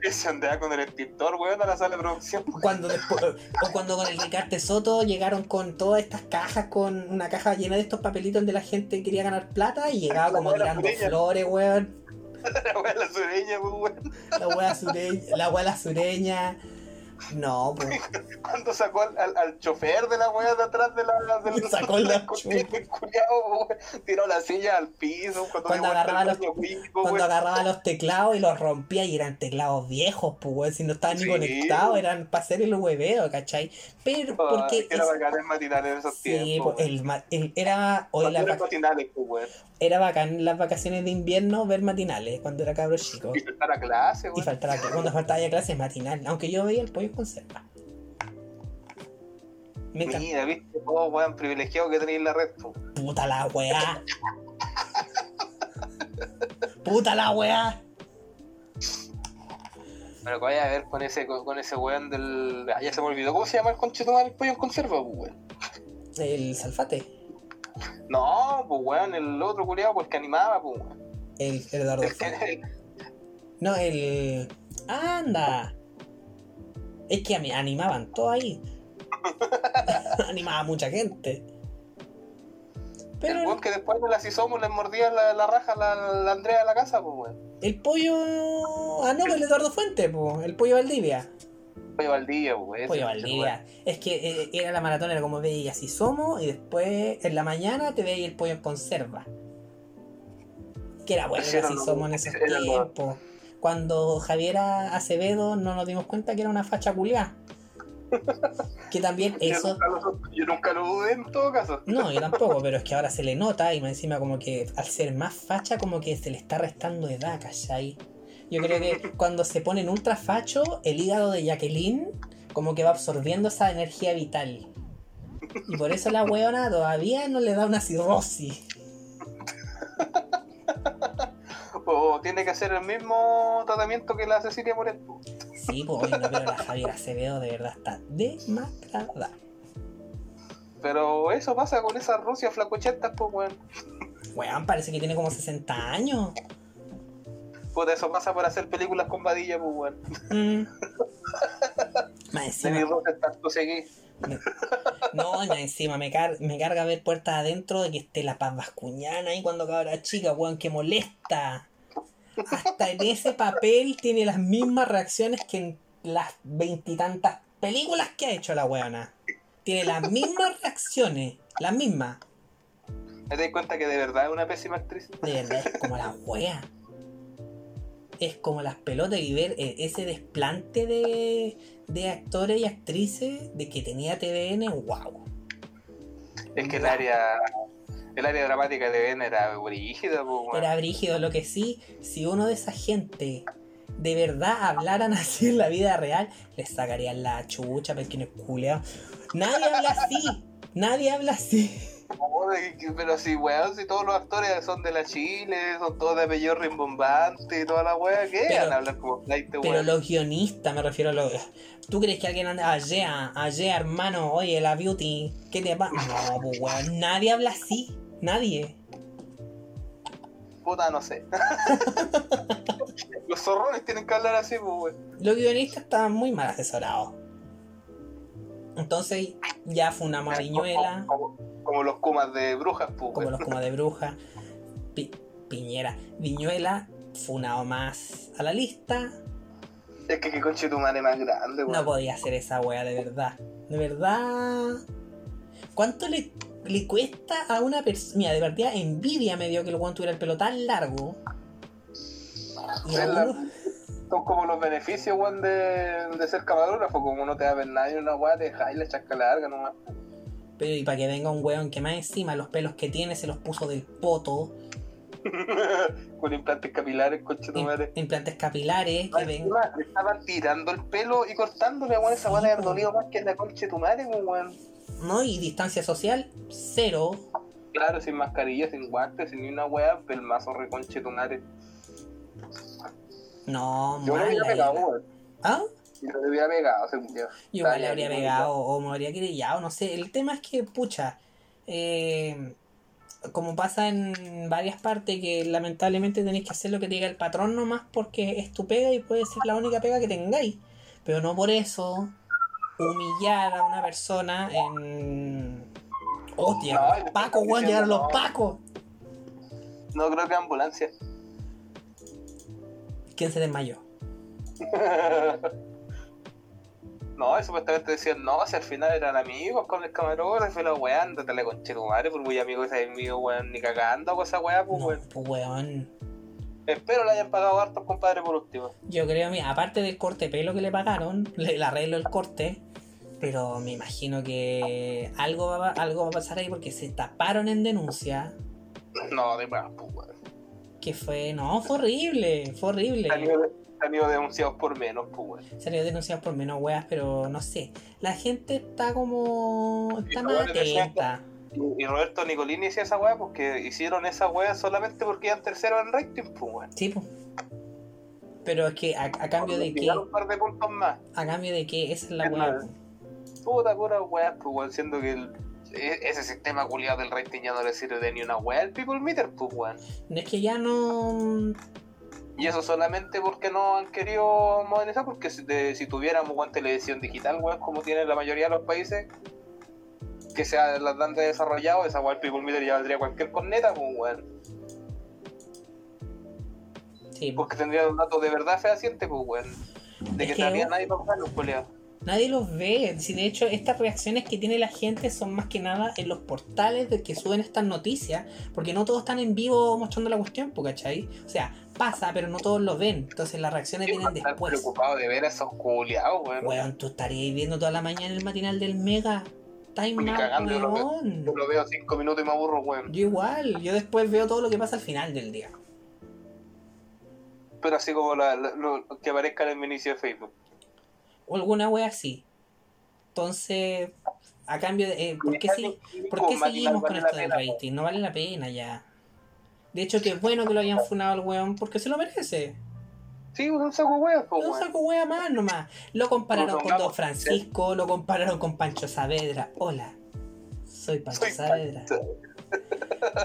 B: Que se andaba con el extintor, weón, a la sala de producción.
A: cuando después, o cuando con el Ricardo Soto llegaron con todas estas cajas, con una caja llena de estos papelitos donde la gente quería ganar plata y llegaba como
B: La abuela
A: tirando
B: sureña.
A: flores, weón.
B: La weón la sureña, pues weón.
A: La abuela sureña, la abuela sureña. No, pues.
B: Cuando sacó al, al- al chofer de la weón de atrás de la. De
A: Le sacó la
B: del cochino, culiao, pues, weón. Tiró la silla al piso. Cuando,
A: Cuando
B: dio vuelta
A: agarraba
B: al
A: los-
B: baño, pico,
A: Cuando
B: weón.
A: agarraba los teclados y los rompía y eran teclados viejos, pues, weón. Si no estaban
B: Sí.
A: ni conectados, eran para hacer el hueveo, ¿cachai? Pero
B: Ay,
A: porque.
B: que era
A: es-
B: bacán el matinal en esos
A: Sí,
B: tiempos.
A: pues, el, ma- el- era, hoy
B: Cuando
A: las
B: eran
A: vaca-
B: matinales, pues, weón.
A: era bacán las vacaciones de invierno ver matinales cuando era cabro chico.
B: Y faltar a clase,
A: Oh. Y
B: weón.
A: faltaba que cuando faltaba ya clases matinal, aunque yo veía el pollo en conserva. Me encanta.
B: Mira, viste, vos, weón, privilegiado que tenéis la red, pues.
A: Puta la weá. Puta la weá.
B: Pero que vaya a ver con ese, con, con ese weón del. Ah, ya se me olvidó. ¿Cómo se llama el conchetumal el pollo en conserva, pues, weón?
A: El salfate.
B: No, pues weón, el otro culiado, pues que animaba, pues weón.
A: El, el Eduardo.
B: El que- el-
A: No, el. ¡Anda! Es que a mí animaban todo ahí. Animaba mucha gente.
B: el
A: Pero
B: weón que después de las isomos le mordía la, la raja a la, la Andrea de la casa, pues weón.
A: el pollo. Ah, no, el Eduardo Fuente, po. el pollo Valdivia.
B: Pollo Valdivia, pues.
A: Pollo Valdivia. Es que eh, era la maratón, era como veía así somos, y después en la mañana te veía el pollo en conserva. Que era bueno,
B: Ese
A: que
B: era
A: así
B: lo-
A: somos en ese
B: ese era lo-
A: tiempo. Cuando Javiera Acevedo no nos dimos cuenta que era una facha culiá. Que también
B: Yo
A: eso.
B: nunca, lo, yo nunca lo dudé en todo caso.
A: No, yo tampoco, pero es que ahora se le nota y más encima como que al ser más facha como que se le está restando edad, ¿cachai? Yo creo que cuando se ponen ultra facho, el hígado de Jacqueline como que va absorbiendo esa energía vital. Y por eso la weona todavía no le da una cirrosis.
B: O tiene que hacer el mismo tratamiento que la hace Cecilia Moret. po.
A: Sí, pues oye, no, pero la Javier Acevedo de verdad está demacrada.
B: Pero eso pasa con esas Rusias flacuchetas, pues, weón.
A: Weón, parece que tiene como 60 años.
B: Puta, eso pasa por hacer películas con vadilla, pues, weón.
A: Mm. Más encima,
B: Denis Ross tanto seguí.
A: No, y más encima me, car- me carga ver puertas adentro de que esté la paz vascuñana ahí cuando cabra chica, weón, que molesta. Hasta en ese papel tiene las mismas reacciones que en las veintitantas películas que ha hecho la weona. Tiene las mismas reacciones, las mismas.
B: Me doy cuenta que de verdad es una pésima actriz.
A: De verdad, es como la wea. Es como las pelotas y ver eh, ese desplante de, de actores y actrices de que tenía TVN, wow.
B: Es que el área. El área dramática de Ben era brígida, pues, weón.
A: Era brígido, lo que sí, si uno de esa gente de verdad hablaran así en la vida real, les sacarían la chucha, porque no es culeado. Nadie habla así, nadie habla así.
B: Oh, de que- Pero si, weón, si todos los actores son de la Chile, son todos de apellido rimbombante y toda la weá, ¿qué
A: Pero-
B: van a hablar como flight,
A: Pero
B: weón?
A: los guionistas, me refiero a los. ¿Tú crees que alguien anda ayer, ayer, hermano, oye, la beauty, ¿qué te pasa? No, pues weón, nadie habla así, nadie.
B: Puta, no sé. los zorrones tienen que hablar así, pues, weón.
A: Los guionistas estaban muy mal asesorados. Entonces, ya fue una mariñuela.
B: Como, como los kumas de brujas, pues,
A: como
B: weón.
A: los como de bruja, Pi- Piñera, Viñuela, funado más a la lista.
B: Es que qué coche tu madre más grande,
A: No
B: weón.
A: podía hacer esa wea de verdad. De verdad. ¿Cuánto le, le cuesta a una persona? Mira, de partida envidia me dio que el weón tuviera el pelo tan largo. Y
B: Es
A: aún-
B: la- Son como los beneficios, weón, de, de ser camarógrafo, como no te da a ver nadie una weá, te dejáis la chasca larga nomás.
A: Pero y para que venga un weón que más encima los pelos que tiene se los puso del poto,
B: Con implantes capilares, coche tu
A: im-
B: madre.
A: implantes capilares, que venga.
B: Encima, Le estaban tirando el pelo y cortándole, weón. Esa weá
A: Sí,
B: le ha
A: po.
B: dolido más que la concha de tu madre, pues, weón.
A: ¿no? Y distancia social, cero.
B: Claro, sin mascarilla, sin guantes, sin ni una weá, el mazo reconche de tu madre.
A: No,
B: Yo le
A: mala
B: había
A: era.
B: pegado, weón.
A: ¿Ah,
B: Yo le había pegado, según yo.
A: Yo igual
B: Dale,
A: le habría
B: dale,
A: pegado o me habría querellado, no sé. El tema es que, pucha, eh, como pasa en varias partes que lamentablemente tenéis que hacer lo que te diga el patrón nomás porque es tu pega y puede ser la única pega que tengáis. Pero no por eso humillar a una persona en... ¡Hostia!
B: No,
A: los
B: yo
A: pacos,
B: estoy
A: weón, llegaron
B: diciendo,
A: los
B: no.
A: pacos.
B: No creo que ambulancia.
A: ¿Quién se desmayó?
B: No, y supuestamente decían, no, si al final eran amigos con el camarógrafo y la weá, ándate a la concha de tu madre, por muy amigo ese mío, weón, ni cagando con esa weá, pues
A: No,
B: weón.
A: pues, weón.
B: Espero le hayan pagado hartos compadres por último.
A: Yo creo, mira, aparte del corte de pelo que le pagaron, le, el arreglo el corte, pero me imagino que algo va, a- algo va a pasar ahí porque se taparon en denuncia,
B: No, de más, pues weón.
A: que fue, no, fue horrible, fue horrible.
B: Han ido, han ido denunciados por menos, pues weón.
A: Salió denunciado por menos weas, pero no sé, la gente está como, está más
B: Igual,
A: atenta.
B: Y, y Roberto Nicolini decía esa weá porque hicieron esa weá solamente porque iban tercero en rating, pues weón.
A: Sí, po. Pero es que a, a cambio de que,
B: Llegaron un par de puntos más.
A: a cambio de que esa es la
B: Es
A: wea.
B: nada. Puta, pura weá, pues weón, siendo que el- e- ese sistema culiado del rating ya no le sirve de ni una weá al People Meter, pues weón.
A: No es que ya no, mm,
B: Y eso solamente porque no han querido modernizar, porque si, de- si tuviéramos weón, televisión digital, weón, como tienen la mayoría de los países, que sea las dan de desarrollado, esa weón People Meter ya valdría cualquier corneta, pues weón.
A: sí, po.
B: Porque tendría un dato de verdad fehaciente, pues weón. De
A: Es
B: que
A: que,
B: todavía
A: weón.
B: nadie para los culiados.
A: Nadie los ve. Si de hecho estas reacciones que tiene la gente son más que nada en los portales de que suben estas noticias, porque no todos están en vivo mostrando la cuestión, po, ¿cachai? O sea, pasa, pero no todos lo ven. Entonces las reacciones
B: Yo
A: vienen
B: voy a estar
A: después.
B: preocupado de ver a esos culiados, weón.
A: Weón, tú estarías viendo toda la mañana el matinal del Mega. Time
B: Ni
A: out,
B: cagando, yo lo veo.
A: weón.
B: Yo lo veo cinco minutos y me aburro, weón.
A: Yo igual, yo después veo todo lo que pasa al final del día.
B: Pero así como la- la- lo que aparezcan en mi inicio de Facebook.
A: O alguna wea así. Entonces, a cambio de. eh, ¿Por qué, sí? ¿Por qué seguimos con esto del rating? No vale la pena ya. De hecho, que es bueno que lo hayan funado al weón porque se lo merece.
B: Sí, pues, un saco huevo, po,
A: No
B: weón.
A: saco wea más nomás. Lo compararon
B: Nos
A: con Don
B: rogamos.
A: Francisco, lo compararon con Pancho Saavedra. Hola, soy Pancho
B: Soy
A: Saavedra.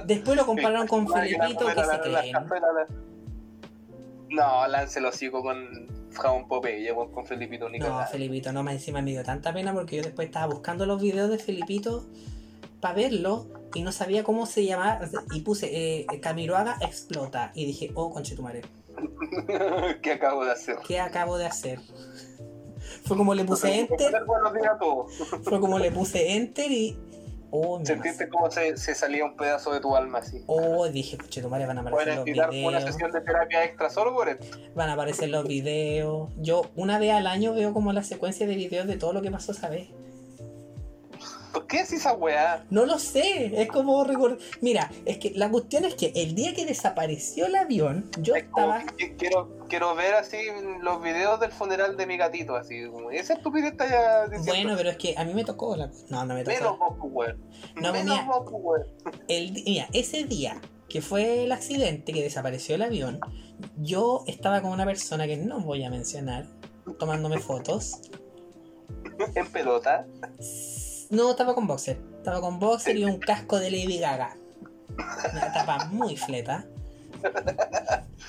A: Después lo compararon con
B: Madre que la
A: Felipito, que
B: novela,
A: se
B: la- la-
A: creen.
B: la novela, la- No, lance el hocico con Jabón Popeye, weón, con Felipito ni
A: No,
B: cagada.
A: Felipito, no, más encima me dio tanta pena porque yo después estaba buscando los videos de Felipito para verlo y no sabía cómo se llamaba. Y puse eh, Camiroaga explota. Y dije, oh, conchetumare,
B: ¿Qué acabo de hacer?
A: ¿qué acabo de hacer? Fue como le puse
B: Entonces,
A: enter,
B: Buenos días a todos.
A: fue como le puse enter y. Oh, mi
B: Sentiste
A: mas-
B: como se, se salía un pedazo de tu alma así.
A: Oh, dije, conchetumare, van a aparecer
B: Pueden
A: los
B: tirar una
A: videos.
B: sesión de terapia extra solo por esto.
A: Van a aparecer los videos. Yo una vez al año veo como la secuencia de videos de todo lo que pasó esa vez.
B: ¿Por qué es esa weá?
A: No lo sé, es como recordar. Mira, es que la cuestión es que el día que desapareció el avión, yo
B: Es como
A: estaba.
B: que quiero, quiero ver así los videos del funeral de mi gatito, así. como, Esa estupidez está ya diciendo.
A: Bueno, pero es que a mí me tocó la. No, no me
B: menos
A: tocó.
B: vos, pues, weón.
A: No, mira.
B: menos vos, pues, weón.
A: El, di- mira, ese día que fue el accidente, que desapareció el avión, yo estaba con una persona que no voy a mencionar, tomándome fotos.
B: En pelota.
A: No, estaba con boxer. Estaba con boxer y un casco de Lady Gaga. Una tapa muy fleta.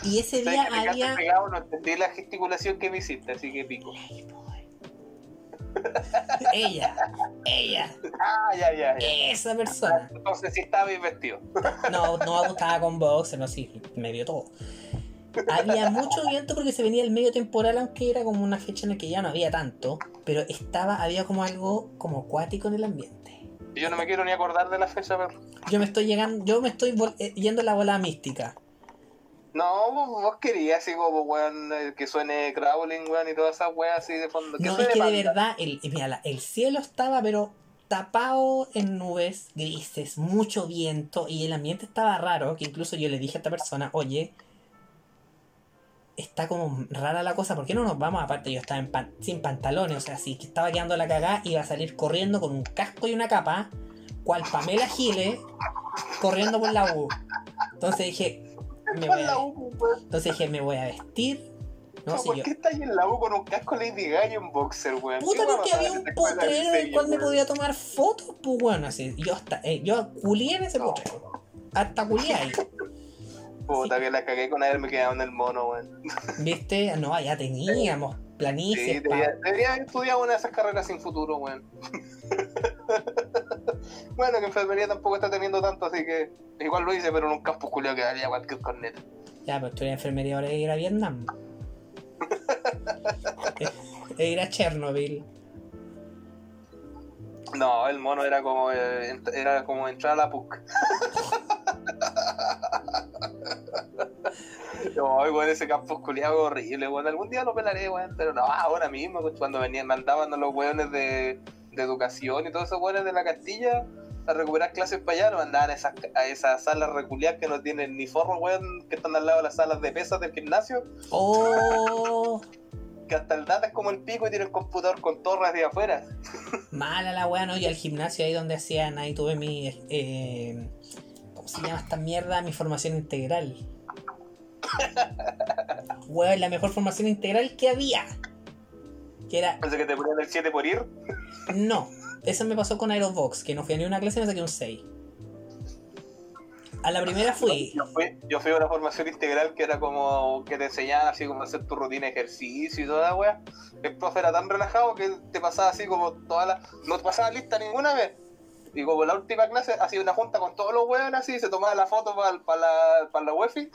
A: Y ese
B: Sé
A: día
B: que te quedaste
A: había.
B: pegado, no entendí la gesticulación que me hiciste, así que pico.
A: Playboy. ella, ella,
B: Ah, ya, ya, ya.
A: esa persona.
B: Entonces sí estaba bien vestido.
A: No, no gustaba con boxer, no, sí, me vio todo. Había mucho viento porque se venía el medio temporal, aunque era como una fecha en la que ya no había tanto, pero estaba, había como algo como acuático en el ambiente.
B: Yo no me quiero ni acordar de la fecha, pero.
A: Yo me estoy llegando, yo me estoy vol- eh, yendo a la bola mística.
B: No, vos, vos querías así como, weón, eh, que suene Crawling, weón, y todas esas weas así de fondo.
A: No, es
B: suene
A: que de
B: banda.
A: verdad, el, mira, la- el cielo estaba, pero tapado en nubes grises, mucho viento, y el ambiente estaba raro, que incluso yo le dije a esta persona, oye, está como rara la cosa, ¿por qué no nos vamos? Aparte yo estaba en pan- sin pantalones, o sea, si estaba quedando la cagada, iba a salir corriendo con un casco y una capa, cual Pamela Giles, corriendo por la U. Entonces dije, me voy
B: Con la
A: a,
B: U, weón.
A: entonces dije, me voy a vestir. No,
B: No,
A: si
B: ¿Por
A: yo,
B: qué estás en la U con un casco Lady Gaga y un boxer, weón?
A: Puta,
B: ¿Qué
A: porque
B: weón
A: había
B: pasa
A: un
B: en esta escuela de
A: potrero del
B: diseño,
A: cual me
B: weón?
A: podía tomar fotos, pues bueno, así. Yo hasta, eh, yo culié en ese
B: No.
A: potrero. Hasta culié ahí.
B: Puta, que la cagué con haberme quedado en el mono, weón.
A: ¿Viste? No, ya teníamos planicies.
B: Sí,
A: pa-
B: debería, debería haber estudiado una de esas carreras sin futuro, weón. bueno, que enfermería tampoco está teniendo tanto, así que igual lo hice, pero en un campus culiao que daría cualquier corneta.
A: Ya, pues tú eres enfermería ahora de ir a Vietnam. E- e ir a Chernobyl.
B: No, el mono era como, eh, ent- era como entrar a la PUC. No, weón, ese campus culiado horrible, weón. Algún día lo pelaré, weón, pero no, ahora mismo, pues, cuando venían, mandaban a los weones de, de educación y todos esos weones de la Castilla a recuperar clases para allá, nos mandaban a esas, a esas salas reculiadas que no tienen ni forro, weón, que están al lado de las salas de pesas del gimnasio,
A: Oh,
B: que hasta el data es como el pico y tienen computador con torres de afuera.
A: mala la wea, ¿no? Yo al gimnasio ahí donde hacían, ahí tuve mi. eh, ¿Cómo se llama esta mierda? Mi formación integral. Weón, la mejor formación integral que había. Que era.
B: Pensé que te ponían el 7 por ir.
A: No, eso me pasó con Aerobox, que no fui a ni una clase y me saqué un 6. A la primera fui.
B: Yo fui, yo fui a una formación integral que era como que te enseñaban así como hacer tu rutina de ejercicio y toda la wea. El profe era tan relajado que te pasaba así como toda la. No te pasaba lista ninguna vez. Y como la última clase hacía una junta con todos los weones así, se tomaba la foto para la, pa la UEFI. E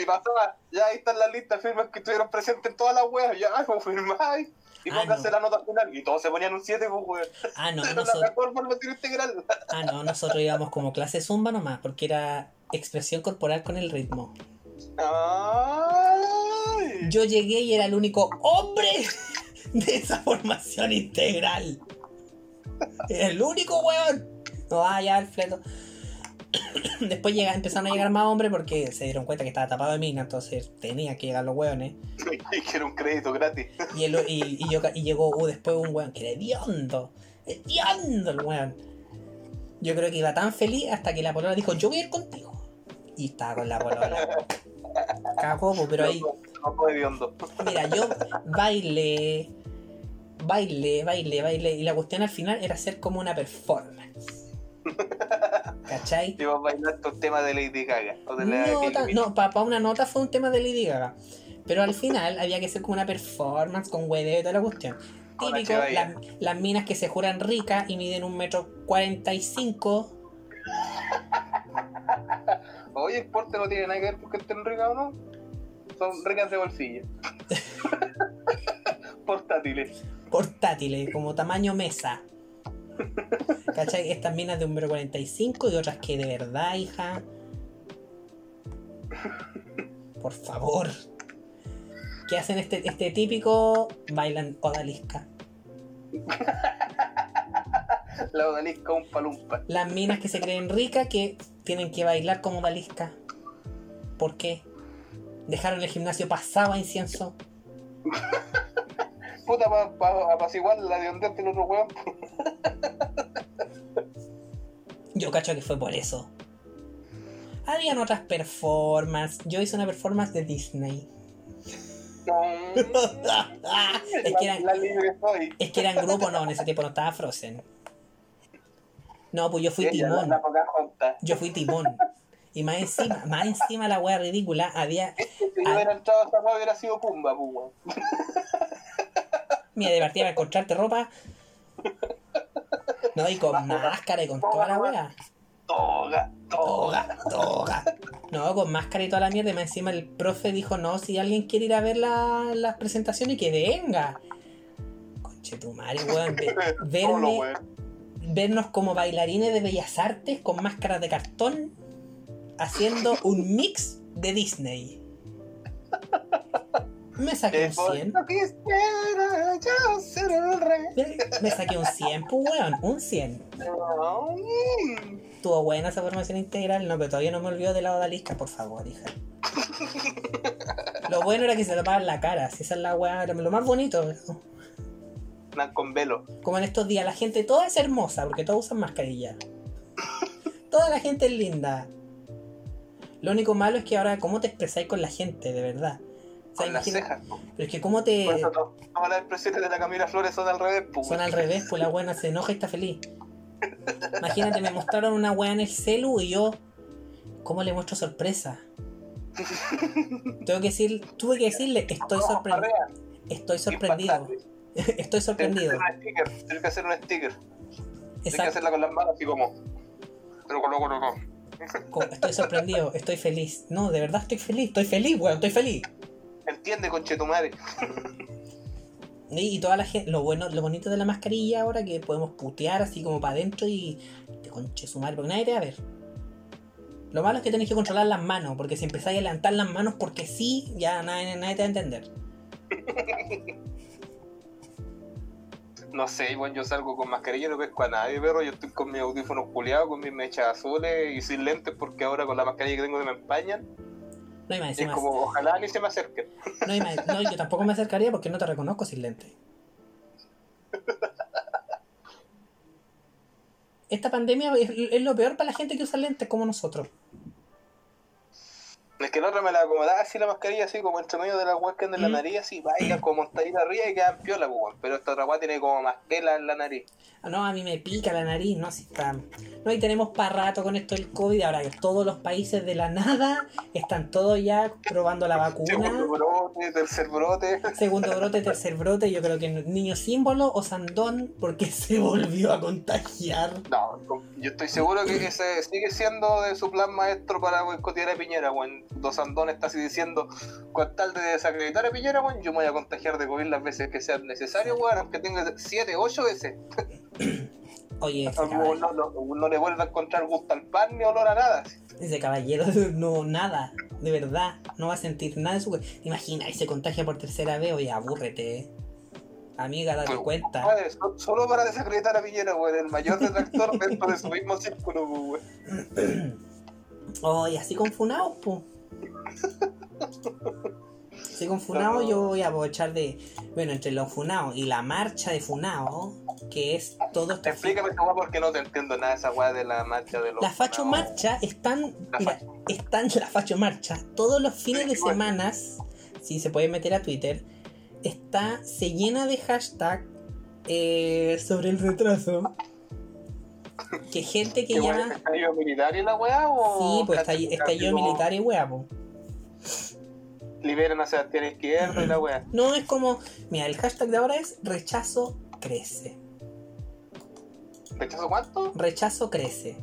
B: Y pasaba, ya ahí están las listas de firmas que estuvieron presentes en todas las weas, ya, pues firmáis. Y
A: Ah,
B: pónganse
A: no.
B: la nota final. Y todos se ponían un 7, pues weón.
A: Ah, no,
B: Era la
A: nosotros,
B: mejor formación integral.
A: ah, no, nosotros íbamos como clase zumba nomás, porque era expresión corporal con el ritmo.
B: Ay.
A: Yo llegué y era el único hombre de esa formación integral. Era el único weón. No ah, vaya, Alfredo. Después llega, empezaron a llegar más hombres porque se dieron cuenta que estaba tapado de mina, entonces tenía que llegar los weones.
B: Y que era un crédito gratis.
A: Y, el- y- y yo, y llegó uh, después un weón que era hediondo. Hediondo el weón. Yo creo que iba tan feliz hasta que la polola dijo, yo voy a ir contigo. Y estaba con la polola. Cagó, po, pero ahí...
B: No, no, no, hediondo.
A: Mira, yo bailé, bailé, bailé, bailé. Y la cuestión al final era hacer como una performance. ¿Cachai?
B: Yo voy a bailar estos temas de Lady Gaga. O de la
A: No,
B: Kylie
A: ta-
B: Minogue.
A: no para una nota fue un tema de Lady Gaga. Pero al final había que hacer como una performance con hueveo y toda la cuestión.
B: Con la
A: Típico,
B: cheva
A: las, las minas que se juran ricas y miden un metro cuarenta y cinco.
B: Oye, el porte no tiene nada que ver con que estén ricas o no. Son ricas de bolsillo. Portátiles.
A: portátiles, como tamaño mesa. ¿Cachai? Estas minas de un número 45 y otras que de verdad, hija. Por favor. ¿Qué hacen este, este típico? Bailan odalisca.
B: La odalisca un palumpa.
A: Las minas que se creen ricas que tienen que bailar como odalisca. ¿Por qué? Dejaron el gimnasio pasado a incienso.
B: Puta, para apaciguar la de donde el otro hueón.
A: Yo cacho que fue por eso. Habían otras performances. Yo hice una performance de Disney. es, que
B: la,
A: eran,
B: la libre soy.
A: es que eran grupo, no, en ese tiempo no estaba Frozen. No, pues yo fui
B: Ella, la,
A: timón.
B: la Pocahontas.
A: Yo fui timón. Y más encima, más encima la wea ridícula, había.
B: Si
A: Ah.
B: yo hubiera entrado a esa hueá, hubiera sido Pumba, pues, hueón.
A: Mira, de partida para encontrarte ropa. No, y con máscara y con toda la wea.
B: Toga, toga.
A: Toga, toga. No, con máscara y toda la mierda. Y más encima el profe dijo, no, si alguien quiere ir a ver la- las presentaciones, que venga. Conchetumare, weón. ve-
B: Solo,
A: verme,
B: hueón.
A: vernos como bailarines de bellas artes con máscaras de cartón haciendo un mix de Disney. Me saqué
B: Que
A: un 100.
B: por lo que espera, yo seré el rey.
A: Me saqué un 100, pues weón, un 100.
B: Ay.
A: Estuvo buena esa formación integral, no, pero todavía no me olvido de la odalisca, por favor, hija. Lo bueno era que se tapaban la cara, si esa es la weá, era lo más bonito. ¿no?
B: Nan con velo.
A: Como en estos días, la gente toda es hermosa, porque todos usan mascarilla. Toda la gente es linda. Lo único malo es que ahora, ¿cómo te expresáis con la gente, de verdad? O sea,
B: Con las
A: imagina-
B: cejas.
A: Pero es que, ¿cómo te.?
B: Por eso to- todas las expresiones de la Camila Flores son al revés, pues.
A: Son al revés, pues la buena se enoja y está feliz. Imagínate, me mostraron una weá en el celu y yo, ¿cómo le muestro sorpresa? Tengo que decir, tuve que decirle, estoy,
B: Vamos,
A: sorprendido
B: parrea,
A: estoy sorprendido,
B: impactante.
A: estoy
B: Tienes que
A: sorprendido.
B: hacer un sticker. Tienes que hacer un sticker. Tienes que
A: Exacto,
B: hacerla con las manos así como. Pero coloco, coloco.
A: como, estoy sorprendido, estoy feliz. No, de verdad estoy feliz, estoy feliz, weón, estoy feliz.
B: Entiende, conchetumare.
A: Y, y toda la gente, lo bueno, lo bonito de la mascarilla ahora que podemos putear así como para adentro y te conche su madre, porque nadie te va a ver. Lo malo es que tenés que controlar las manos, porque si empezáis a levantar las manos porque sí, ya nadie, nadie te va a entender.
B: No sé, bueno, yo salgo con mascarilla y no pesco a nadie, pero yo estoy con mis audífonos culiados, con mis mechas azules y sin lentes porque ahora con la mascarilla que tengo se me empañan.
A: No hay más
B: Y es
A: encima.
B: como, ojalá ni se me acerquen.
A: No hay más- no, yo tampoco me acercaría porque no te reconozco sin lente. Esta pandemia es, es lo peor para la gente que usa lentes como nosotros.
B: Es que la otra me la acomodaba así la mascarilla, así como entre medio de la hueá que anda en la
A: Mm.
B: nariz, así baila como montadita arriba y quedan piola, pues, weón. pero esta otra hueá tiene como más tela en la nariz.
A: Ah, No, a mí me pica la nariz, no, si está. No, y tenemos para rato con esto del COVID, ahora que todos los países de la nada están todos ya probando la
B: Segundo
A: vacuna.
B: brote, tercer brote.
A: Segundo brote, tercer brote, yo creo que niño símbolo o Sandón, porque se volvió a contagiar.
B: No, yo estoy seguro que ese sigue siendo de su plan maestro para boicotear a Piñera, weón. Dos Andón está así diciendo, con tal de desacreditar a Piñera, weón, yo me voy a contagiar de COVID las veces que sean necesarias, weón, aunque tenga siete, ocho veces.
A: Oye, ese
B: No,
A: caballero,
B: no, no, no le vuelva a encontrar gusto al pan ni olor a nada.
A: ese caballero no, nada, de verdad, no va a sentir nada de su cuerpo. Imagina, y se contagia por tercera vez, oye, abúrrete. eh. Amiga, date
B: Pues,
A: cuenta.
B: Madre, so- solo para desacreditar a Piñera, weón, el mayor detractor dentro de su mismo círculo, weón.
A: Oye, así confunado, po. Así con Funao
B: No.
A: yo voy a aprovechar de... Bueno, entre los Funao y la marcha de Funao, que es todo... este-
B: Explícame esa weá porque no te entiendo nada esa weá de la marcha de los.
A: La facho
B: no.
A: marcha están,
B: La
A: mira, están la facho marcha todos los fines
B: Sí,
A: de
B: bueno.
A: semanas, si se puede meter a Twitter, está se llena de hashtag eh, sobre el retraso. Que gente que
B: ¿Qué weá,
A: llama
B: ¿Es estallido militar y la weá o.?
A: sí, pues está, está yo
B: Tipo,
A: militar y wea, po.
B: Liberan a Sebastián Izquierdo y la weá.
A: No es como, mira, el hashtag de ahora es rechazo crece.
B: ¿Rechazo cuánto?
A: Rechazo crece.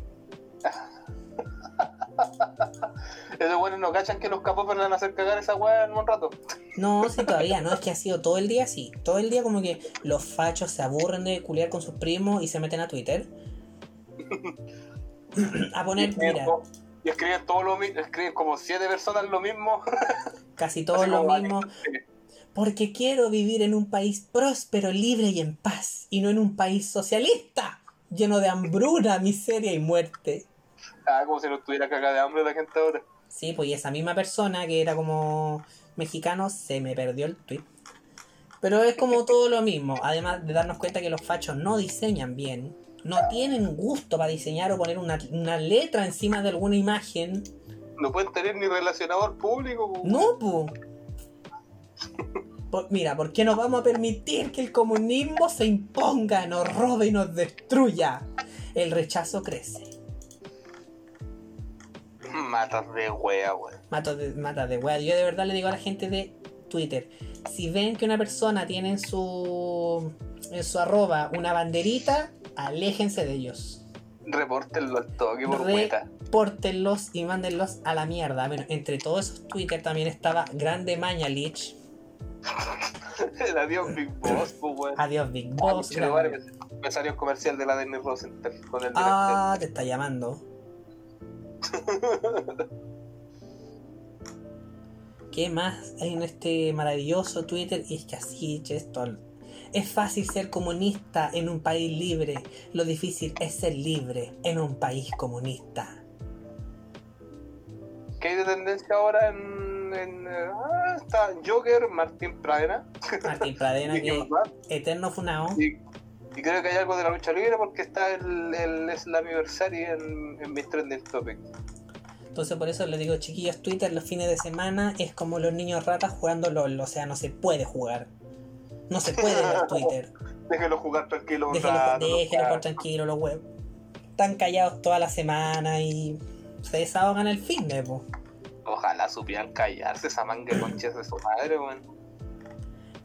B: Esos weones no cachan que los capos van a hacer cagar esa weá en un rato.
A: No, sí, todavía no, es que ha sido todo el día así. Todo el día como que los fachos se aburren de culiar con sus primos y se meten a Twitter. A
B: Y
A: poner,
B: escriben,
A: mira,
B: to- y escriben todo lo mismo, escriben como siete personas lo mismo.
A: casi todo
B: Así
A: lo
B: como, vale,
A: mismo.
B: sí.
A: Porque quiero vivir en un país próspero, libre y en paz. Y no en un país socialista, lleno de hambruna, miseria y muerte.
B: Ah, como si no estuviera cagada de hambre la gente ahora.
A: Sí, pues y esa misma persona que era como mexicano se me perdió el tweet. Pero es como todo lo mismo, además de darnos cuenta que los fachos no diseñan bien, no tienen gusto para diseñar o poner una, una letra encima de alguna imagen.
B: No pueden tener ni relacionador público. po.
A: No, pu. Por- mira, ¿por qué nos vamos a permitir que el comunismo se imponga, nos robe y nos destruya? El rechazo crece.
B: Matas de wea, weón.
A: Mato de, mata de wea. Yo de verdad le digo a la gente de Twitter, si ven que una persona tiene en su, en su arroba una banderita, aléjense de ellos.
B: Repórtenlo al toque por
A: Re-
B: cuenta.
A: Pórtenlos y mándenlos a la mierda. Bueno, entre todos esos Twitter también estaba Grande Mañalich.
B: El adiós Big Boss, pues, weón.
A: Adiós Big Boss.
B: Sin
A: Grande-
B: lugar, empresario comercial de la Denny Rosenthal con el director.
A: Ah, te está llamando. ¿Qué más hay en este maravilloso Twitter? Y es que así, Cheston. Es fácil ser comunista en un país libre. Lo difícil es ser libre en un país comunista.
B: ¿Qué hay de tendencia ahora en. en, eh, ah, está Joker, Martín Pradena.
A: Martín Pradena,
B: y,
A: que eterno funao.
B: y- y creo que hay algo de la lucha libre porque está el, el Slammiversary en, en mis trending topics.
A: Entonces por eso les digo, chiquillos, Twitter los fines de semana es como los niños ratas jugando LOL. O sea, no se puede jugar. No se puede ver Twitter.
B: Déjelo jugar tranquilo un
A: Déjenlos
B: rato.
A: déjenlos por
B: compadre.
A: tranquilo los huevos. Están callados toda la semana y se desahogan el fin de po.
B: Ojalá supieran callarse esa manga de conchas de su madre, weón.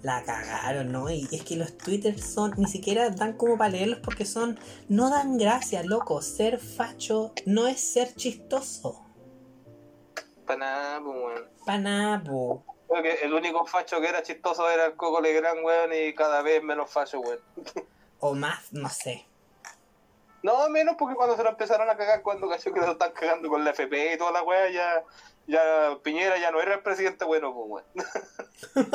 A: La cagaron, ¿no? Y es que los Twitter son, ni siquiera dan como para leerlos porque son, no dan gracia, loco. Ser facho no es ser chistoso.
B: Pa' nada, pues, weón.
A: Pa' nada, po.
B: Creo que el único facho que era chistoso era el Coco Legrand, weón, y cada vez menos facho, weón.
A: O más, no sé.
B: No, menos porque cuando se lo empezaron a cagar, cuando cachó que lo están cagando con la FP y toda la weá, ya, ya Piñera ya no era el presidente bueno, pues, weón.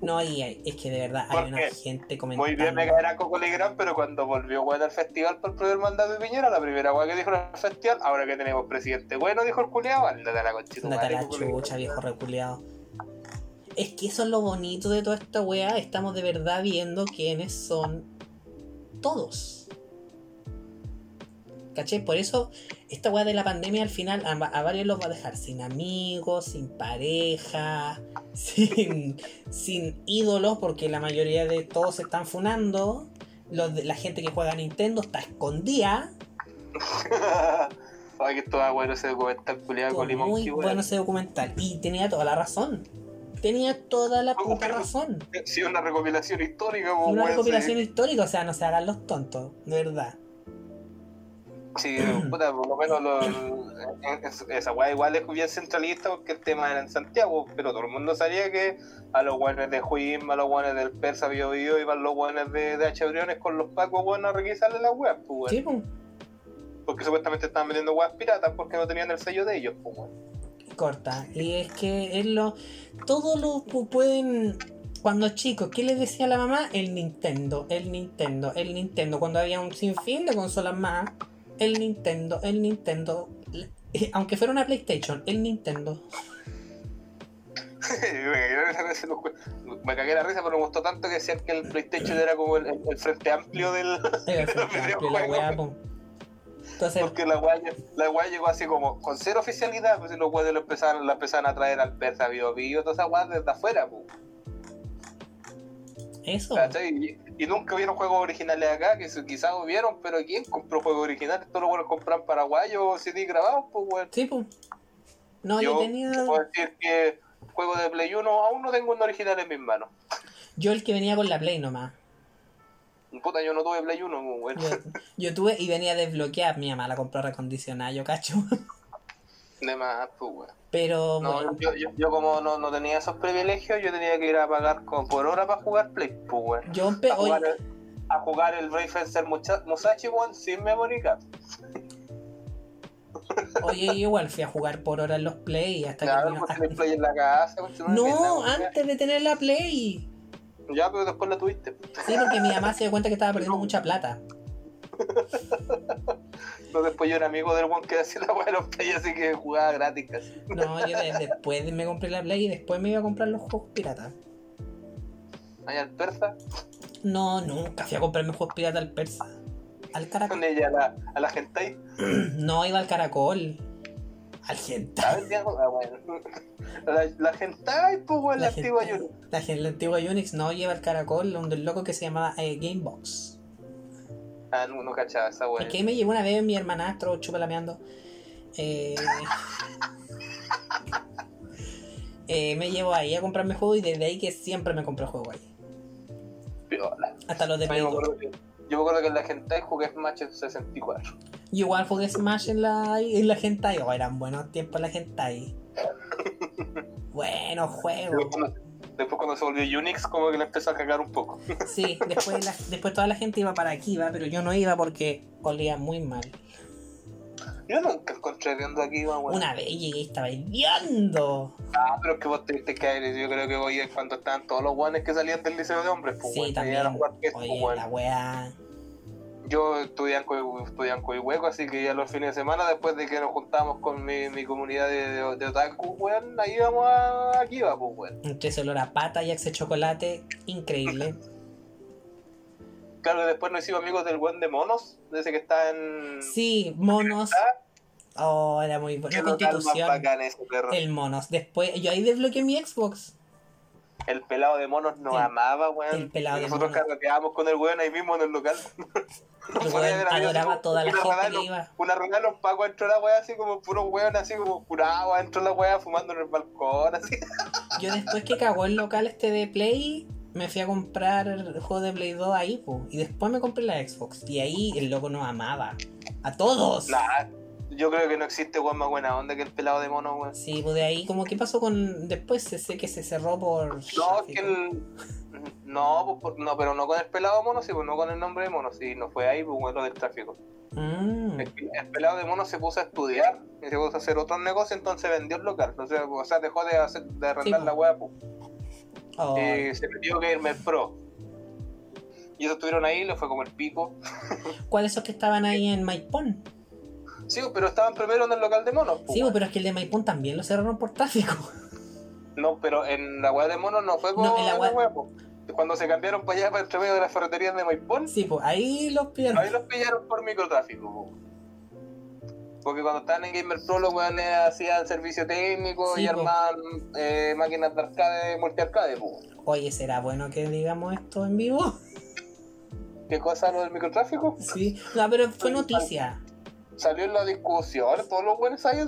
A: No, y hay- es que de verdad
B: ¿Por
A: hay una
B: qué?
A: gente comentando.
B: Muy bien me caerá Coco Legrand, pero cuando volvió weón al festival por el primer mandato de Piñera, la primera weá que dijo en el festival, ahora que tenemos presidente bueno, dijo el culiao, ándate a la conchita.
A: Andate a la
B: Coco Legrand.
A: chucha, viejo reculeado. Es que eso es lo bonito de toda esta wea. Estamos de verdad viendo quiénes son todos. ¿Caché? Por eso esta wea de la pandemia al final a, va- a varios los va a dejar sin amigos, sin pareja, sin, sin ídolos, porque la mayoría de todos se están funando. Los de- la gente que juega a Nintendo está escondida.
B: Ay, que estaba bueno ese documental culiado
A: Estuvo
B: con limón
A: muy
B: Kiwi,
A: bueno
B: weón.
A: ese documental. Y tenía toda la razón. Tenía toda la
B: Vamos,
A: puta
B: pero-
A: razón.
B: Sí, una recopilación histórica, pues,
A: Y
B: como
A: una recopilación histórica, o sea, no se hagan los tontos, de verdad.
B: Sí, puta, por lo menos lo- en- en- esa weá igual es bien centralista porque el tema era en Santiago, pero todo el mundo sabía que a los guanes de Juim, a los guanes del Persa Bio Bio iban los guanes de, de H. Briones con los pacos weón a requisarle las weas, pues, weón.
A: Sí, pues,
B: porque supuestamente estaban vendiendo weas piratas porque no tenían el sello de ellos, pues, weón.
A: corta. Y es que es lo. Todo lo pu- pueden. Cuando chicos, ¿qué les decía la mamá? El Nintendo, el Nintendo, el Nintendo. Cuando había un sinfín de consolas más, el Nintendo, el Nintendo. eh, Aunque fuera una PlayStation, el Nintendo.
B: me, cagué la risa, se los cu- me cagué la risa, pero me gustó tanto que decían que el PlayStation era como el, el- el frente amplio del.
A: Era el frente amplio, la weá, po. Entonces,
B: Porque la weá, la weá llegó así como con cero oficialidad, pues y los weones lo empezaron, la empezaron a traer al Persa Bio Bio, toda esa weá desde afuera, pues.
A: eso.
B: ¿cachai? Y, y nunca hubieron juegos originales acá, que su- quizás hubieron, pero ¿quién compró juegos originales? Todos los buenos compran paraguayos, CD grabados, pues weón.
A: Sí, po. No, yo,
B: Yo
A: tenía.
B: te puedo decir que juego de Play 1 aún no tengo un original en mis manos.
A: Yo el que venía con la Play nomás.
B: Puta, yo no tuve Play 1, pues, weón.
A: Yo, yo tuve y venía desbloqueada. Mi mamá la compró recondicionada, yo cacho.
B: De más, pues weón.
A: Pero
B: No,
A: bueno,
B: yo, yo, yo como no, no tenía esos privilegios, yo tenía que ir a pagar con, por hora para jugar Play, pues, weón.
A: yo empe-
B: A jugar,
A: oye,
B: a jugar el Brave Fencer Mucha- Musashi, weón, sin memory card.
A: oye, yo igual fui a jugar por horas los Play hasta
B: Ya,
A: que.
B: pues,
A: mi-
B: tenés Play en la casa, pues, tenés en la
A: No, ah.
B: weá.
A: antes de tener la Play.
B: Ya, pero después la tuviste.
A: Sí, porque mi mamá se dio cuenta que estaba perdiendo mucha plata.
B: Pero después yo era amigo del weón que hacía la weá de los Play, así que jugaba gratis casi.
A: No, yo de- después me compré la Play y después me iba a comprar los juegos piratas.
B: Allá al Persa,
A: No, nunca fui a comprarme juegos pirata al persa. Al caracol.
B: con ella, a la, a la gente ahí.
A: No, iba al caracol. Al gente.
B: A ver, ya, ah, bueno. La, la gente ahí, pues, weón, la,
A: La
B: antigua
A: gente-
B: yo.
A: La gente la antigua Unix no lleva al caracol, donde el loco que se llamaba eh, Gamebox.
B: Ah, no, no cachaba esa weá.
A: El que me llevó una vez mi hermanastro chupalameando. Eh, eh, me llevó ahí a comprarme juegos y desde ahí que siempre me compré juegos ahí.
B: Piola.
A: Hasta los de
B: Yo
A: Play
B: me,
A: 2.
B: acuerdo que, yo me acuerdo que en la gente jugué Smash en 64.
A: Y igual jugué Smash en la, en la Gentai. Oh, eran buenos tiempos la Gentai. Buenos
B: Después
A: juegos.
B: cuando- Después cuando se volvió Unix como que le empezó a cagar un poco.
A: Sí, después, la- después toda la gente iba para Akiva, pero yo no iba porque olía muy mal.
B: Yo nunca encontré viendo aquí, weón.
A: Una vez llegué y estaba hirviendo.
B: Ah, pero es que vos tuviste que haber, yo creo que hoy es cuando estaban todos los guanes que salían del liceo de hombres, pues
A: Sí,
B: weón,
A: también.
B: llegaron a jugar pesca,
A: Oye,
B: weón.
A: la weá.
B: Yo estudié en Coy- estudié en Coihueco, así que ya los fines de semana, después de que nos juntamos con mi, mi comunidad de, de, de otaku, weón, ahí íbamos a aquí va, pues weón.
A: Entre ese olor a pata y ese chocolate, increíble.
B: Claro que después nos hicimos amigos del weón de monos, de ese que está en
A: Sí, monos. Oh, era muy bueno.
B: que
A: La
B: ¿Ah? local más
A: constitución.
B: bacán ese perro. El,
A: El monos. Después, yo ahí desbloqueé mi Xbox.
B: pelado de monos nos
A: El-
B: amaba, weón.
A: el pelado de
B: Nosotros
A: monos.
B: carreteábamos con el weón ahí mismo en el local.
A: El
B: Podía
A: weón
B: haber habido
A: adoraba
B: así
A: a toda la
B: una
A: gente
B: regalo-
A: que iba.
B: Una reunión los pacos entró la weá así como puro weón, así como curado, entró la weá fumando en el balcón, así.
A: Yo después que cagó el local este de Play, me fui a comprar el juego de Play 2 ahí, po. Y después me compré la Xbox. Y ahí el loco nos amaba. A todos.
B: Nah, yo creo que no existe weón más buena onda que el pelado de mono, weón.
A: Sí, pues de ahí, como que pasó con. Después se sé que se cerró por.
B: No, es que el. No, pues, por- no, pero no con el pelado de mono, sí, pues no con el nombre de mono, sí, no fue ahí, pues bueno, del tráfico.
A: Mm.
B: El, el pelado de mono se puso a estudiar y se puso a hacer otros negocios, entonces vendió el local. O sea, o sea dejó de, hacer, de arrendar
A: pues.
B: la weá, pues.
A: Oh,
B: Eh, se metió que irme pro. Y ellos estuvieron ahí, le fue como el pico.
A: ¿Cuáles son que estaban ahí en Maipón?
B: Sí, pero estaban primero en el local de pues, monos. po,
A: Sí, pues,
B: weón.
A: pero es que el de Maipón también lo cerraron por tráfico.
B: No, pero en la weá de monos no fue por
A: No, en la
B: la
A: weá-
B: weá, po. Cuando se cambiaron para allá, para el medio de las ferreterías de Maipón,
A: Sí, pues ahí los pillaron.
B: ahí los pillaron por microtráfico. po. Porque cuando estaban en Gamer Pro, los weones hacían servicio técnico
A: Sí,
B: y
A: po.
B: armaban eh, máquinas de arcade, multiarcade. po.
A: Oye, ¿será bueno que digamos esto en vivo?
B: ¿Qué cosa lo del microtráfico?
A: Sí. No, pero fue noticia.
B: salió en la discusión, todos los buenos ahí,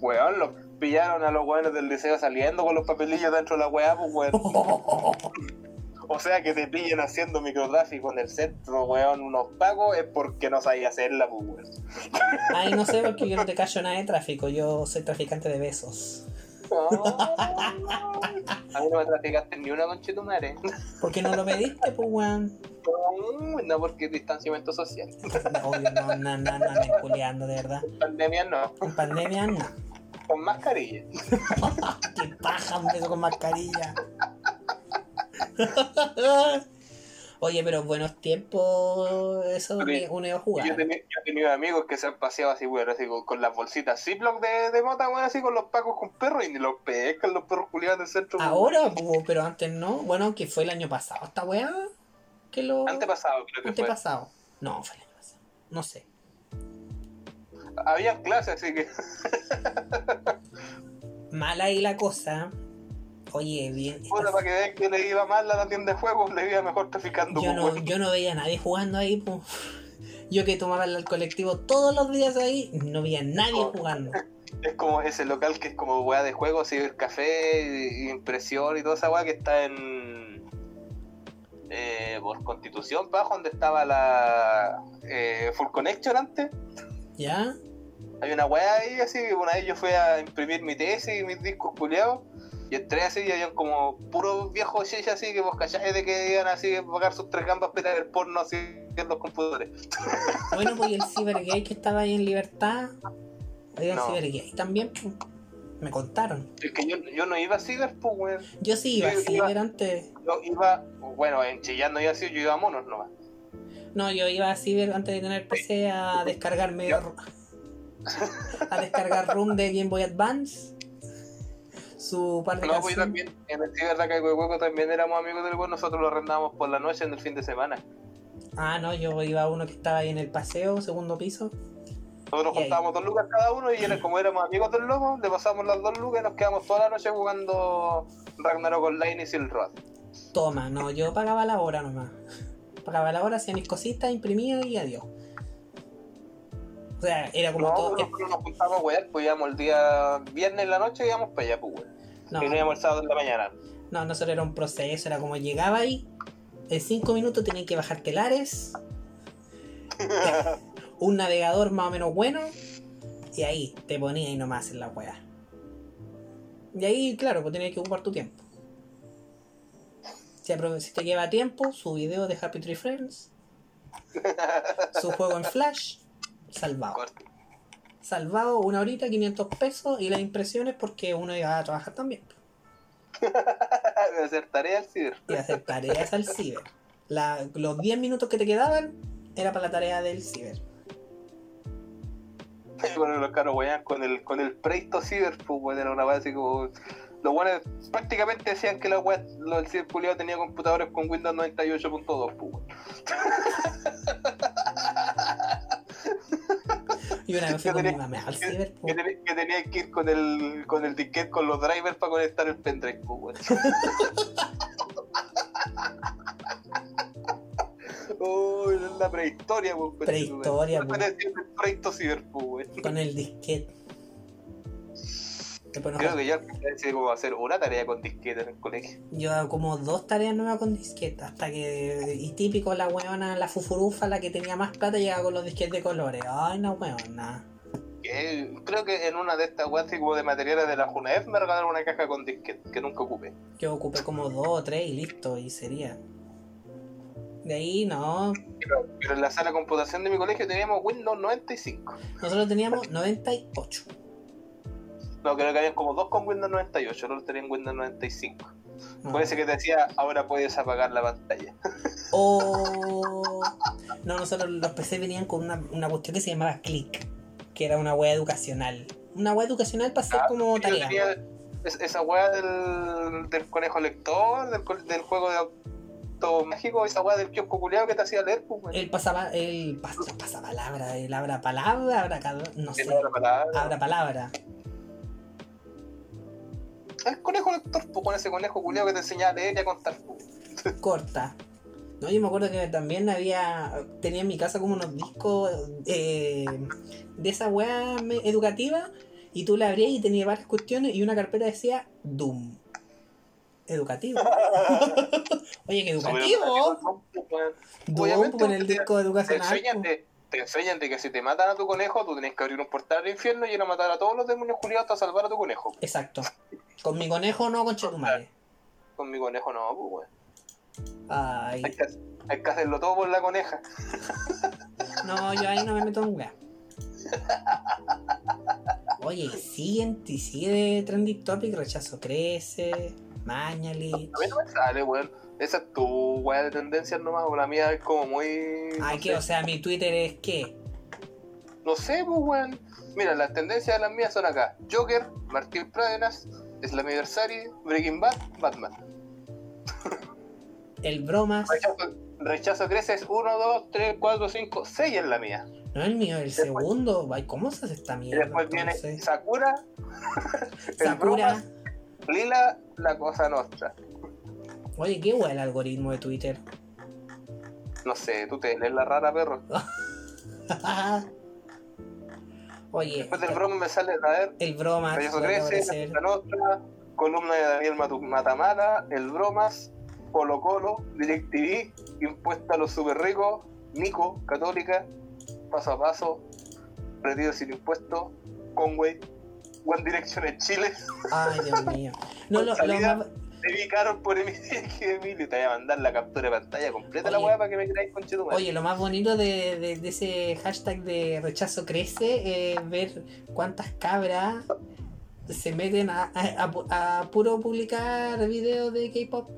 B: weón, los pillaron a los buenos del liceo saliendo con los papelillos dentro de la weá, pues weón. O sea que te pillen haciendo microtráfico en el centro, weón, unos pagos, es porque no sabía hacerla, pues weón.
A: Ay, no sé porque yo no te callo nada de tráfico, yo soy traficante de besos.
B: A mí no me traficaste ni una conchetumare.
A: ¿Por qué no lo pediste, pues, weón?
B: No, porque distanciamiento social.
A: Obvio, no, no, no, no, me culeando, de verdad.
B: Pandemia no,
A: En pandemia, no.
B: con mascarilla.
A: ¡Qué paja un beso con mascarilla! Oye, pero buenos tiempos, eso que uno iba a
B: Yo he
A: jugar.
B: teni- yo he tenido amigos que se han paseado así, weón, así con, con las bolsitas Ziploc de, de mota, weón, así con los pacos con perros y ni los pescan los perros culiados del centro. weón.
A: Ahora, pues, pero antes no. Bueno, que fue el año pasado esta weá. Que lo.
B: Antepasado, creo que fue.
A: Antepasado. No, fue el año pasado. No sé.
B: Había clases, así que.
A: Mal ahí la cosa. Oye, bien. esta-
B: Puta, para que vean que le iba mal a la tienda de juegos, le iba mejor traficando.
A: yo,
B: pues,
A: no,
B: weón.
A: yo no veía a nadie jugando ahí, pues. Yo que tomaba el colectivo todos los días ahí, no veía a nadie
B: Oh.
A: jugando.
B: Es como ese local que es como weá de juegos, cibercafé, y- y impresión y toda esa weá que está en. eh, por Constitución, para abajo, donde estaba la. eh, Full Connection antes.
A: ¿Ya?
B: Hay una weá ahí, así que una vez yo fui a imprimir mi tesis y mis discos culeados. Y entré así y habían como puros viejos chicha así que vos calláis de que iban así a pagar sus tres gambas para ver porno así en los computadores.
A: Bueno, pues y el cibergay que estaba ahí en libertad. Había un
B: No.
A: cibergay también, pues. Me contaron.
B: Es que yo, yo no iba a ciber, pues weón.
A: Yo sí iba a
B: Yo iba-
A: ciber antes.
B: Yo iba, bueno, en Chillán no iba a ciber, yo iba a monos nomás.
A: No, yo iba a ciber antes de tener PC a descargarme.
B: Ya.
A: ru- a descargar ROM de Game Boy Advance. Su par de
B: No, pues yo
A: canciones.
B: también, en el ciber de acá de Huehueco también éramos amigos del weón, nosotros lo arrendábamos por la noche en el fin de semana.
A: Ah, no, yo iba a uno que estaba ahí en el paseo, segundo piso.
B: Nosotros
A: Y ahí-
B: juntábamos dos lucas cada uno y era como éramos amigos del loco, le pasamos las dos lucas y nos quedamos toda la noche jugando Ragnarok Online y Silrod.
A: Toma, no, yo pagaba la hora nomás. Pagaba la hora, hacía mis cositas, imprimía y adiós. O sea, era como
B: No,
A: todo.
B: nosotros nos juntábamos a wear, pues íbamos el día viernes en la noche y íbamos para allá, pues weón.
A: No,
B: Y nos íbamos el sábado en la mañana.
A: No, no solo era un proceso, era como llegaba ahí, en cinco minutos tenían que bajar telares, un navegador más o menos bueno, y ahí te ponía ahí nomás en la weá. Y ahí, claro, pues tenías que ocupar tu tiempo. Si, apro- si te lleva tiempo, su video de Happy Tree Friends, su juego en Flash, salvado.
B: Corto.
A: Salvado una horita, 500 pesos, y las impresiones porque uno iba a trabajar también.
B: De hacer tarea al ciber.
A: y hacer tareas al ciber. La- los 10 minutos que te quedaban era para la tarea del ciber.
B: Bueno, los caros weón, con el, con el Presto Ciber, pues weón, era una weá así como. Los buenos prácticamente decían que la weá, lo del ciber culiado tenía computadores con Windows 98.2, pues weón.
A: Y una vez fui
B: Yo
A: con mi
B: tenía-
A: mamá al
B: yo-
A: ciber. pues, po.
B: Que, tenía- que tenía que ir con el, con el disquete, con los drivers para conectar el pendrive, pues weón. Uy, es la prehistoria, pues. weón.
A: Prehistoria, pues,
B: Por eso decían el Presto Ciber, pues weón.
A: Con el disquete. Después nos-
B: Creo que yo alcancé como a hacer una tarea con disquete en el colegio.
A: yo hago como dos tareas nuevas con disquete. Hasta que. Y típico la weona, la fufurufa, la que tenía más plata, llegaba con los disquetes de colores. Ay, no weona.
B: Eh, creo que en una de estas weas así como de materiales de la Junef me regalaron una caja con disquete que nunca ocupé.
A: Yo ocupé como dos o tres y listo, y sería. De ahí no,
B: Pero, pero en la sala de computación de mi colegio teníamos Windows 95.
A: nosotros teníamos 98.
B: No, creo que habían como dos con Windows 98, los tenían Windows 95.
A: No.
B: Puede ser que te decía, ahora puedes apagar la pantalla.
A: O. No, nosotros los PC venían con una, una cuestión que se llamaba Click, que era una web educacional. Una web educacional para hacer
B: Ah,
A: como
B: Yo
A: tarea.
B: tenía es- esa wea del, del conejo lector, del, co- del juego de auto mágico, esa wea del kiosco culiao que te hacía leer, pues, weón.
A: El pasaba, el pas- pasapalabra, el abra palabra, abra cada- no sé,
B: Que no era palabra.
A: abra palabra.
B: El conejo lector, pues, con ese conejo culiao que te enseñaba a leer y a contar, pues.
A: Corta. No, yo me acuerdo que también había. Tenía en mi casa como unos discos eh, de esa weá me- educativa. Y tú la abrías y tenía varias cuestiones. Y una carpeta decía Doom. Educativo. Oye, que educativo.
B: Pues,
A: Doom
B: Obviamente,
A: con el disco
B: Te
A: educacional.
B: enseñan,
A: po.
B: de, te enseñan de que si te matan a tu conejo, tú tenés que abrir un portal al infierno y ir a matar a todos los demonios culiados hasta salvar a tu conejo.
A: Exacto. Con mi conejo no, con Chetumare.
B: Con mi conejo no, pues, weón.
A: Ay.
B: Hay que, hay que hacerlo todo por la coneja.
A: No, yo ahí no me meto en weá. Oye, y siguen, y sigue Trending Topic, rechazo crece, Mañalich.
B: A mí no me sale, weón. Esa es tu weá de tendencias nomás, weón. La mía es como muy. no
A: Ay, que,
B: sé.
A: o sea, mi Twitter es qué.
B: No sé, pues, weón. Mira, las tendencias de las mías son acá: Joker, Martín Pradenas, Slammiversary, Breaking Bad, Batman.
A: El bromas.
B: Rechazo, rechazo crece es 1, 2, 3, 4, 5, 6 es la mía.
A: No el mío, el
B: Después-
A: segundo. Ay, ¿cómo se hace esta
B: Y
A: mierda?
B: después viene
A: entonces?
B: Sakura, el
A: Sakura.
B: Bromas, Lila, la cosa nostra.
A: Oye, qué hueá el algoritmo de Twitter.
B: No sé, tú te lees la rara, perro.
A: Oye,
B: Después del broma me sale, a ver,
A: el bromas.
B: Rayazo
A: vuelve a
B: Crece,
A: aparecer.
B: La Nostra, columna de Daniel Matu- Matamala, El Bromas, Colo Colo, DirecTV, Impuesta a los super ricos, Nico, Católica, Paso a Paso, Retiro sin Impuesto, Conway, One Direction en Chile,
A: Ay, Dios mío. No, lo, lo
B: Salida.
A: más-
B: te vi caro por Emilio, que Emilio te voy a mandar la captura de pantalla completa la
A: Oye.
B: weá para que me creáis con Chetumal.
A: Oye, lo más bonito de, de- de ese hashtag de rechazo crece es ver cuántas cabras se meten a, a- a pu- a puro publicar videos de K-pop.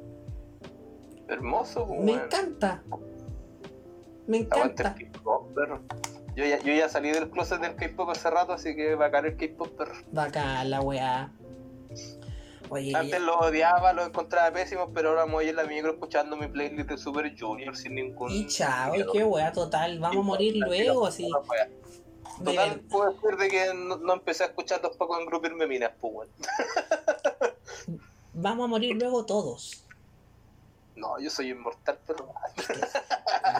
B: Hermoso, pues,
A: Me
B: weón.
A: encanta. Me
B: Aguante el
A: encanta.
B: K-pop, perro. Yo ya, yo ya salí del closet del K-pop hace rato, así que va a caer el K-pop, perro.
A: Bacán la weá. Oye,
B: Antes lo odiaba, lo encontraba pésimo, pero ahora me voy en la micro escuchando mi playlist de Super Junior sin ningún.
A: y chao, y qué weá total. Vamos a morir luego, así. De
B: Total,
A: ver-
B: puedo decir de que no, no empecé a escuchar dos pocos en grupirme minas, pues, weón.
A: Vamos a morir luego todos.
B: No, yo soy inmortal, pero.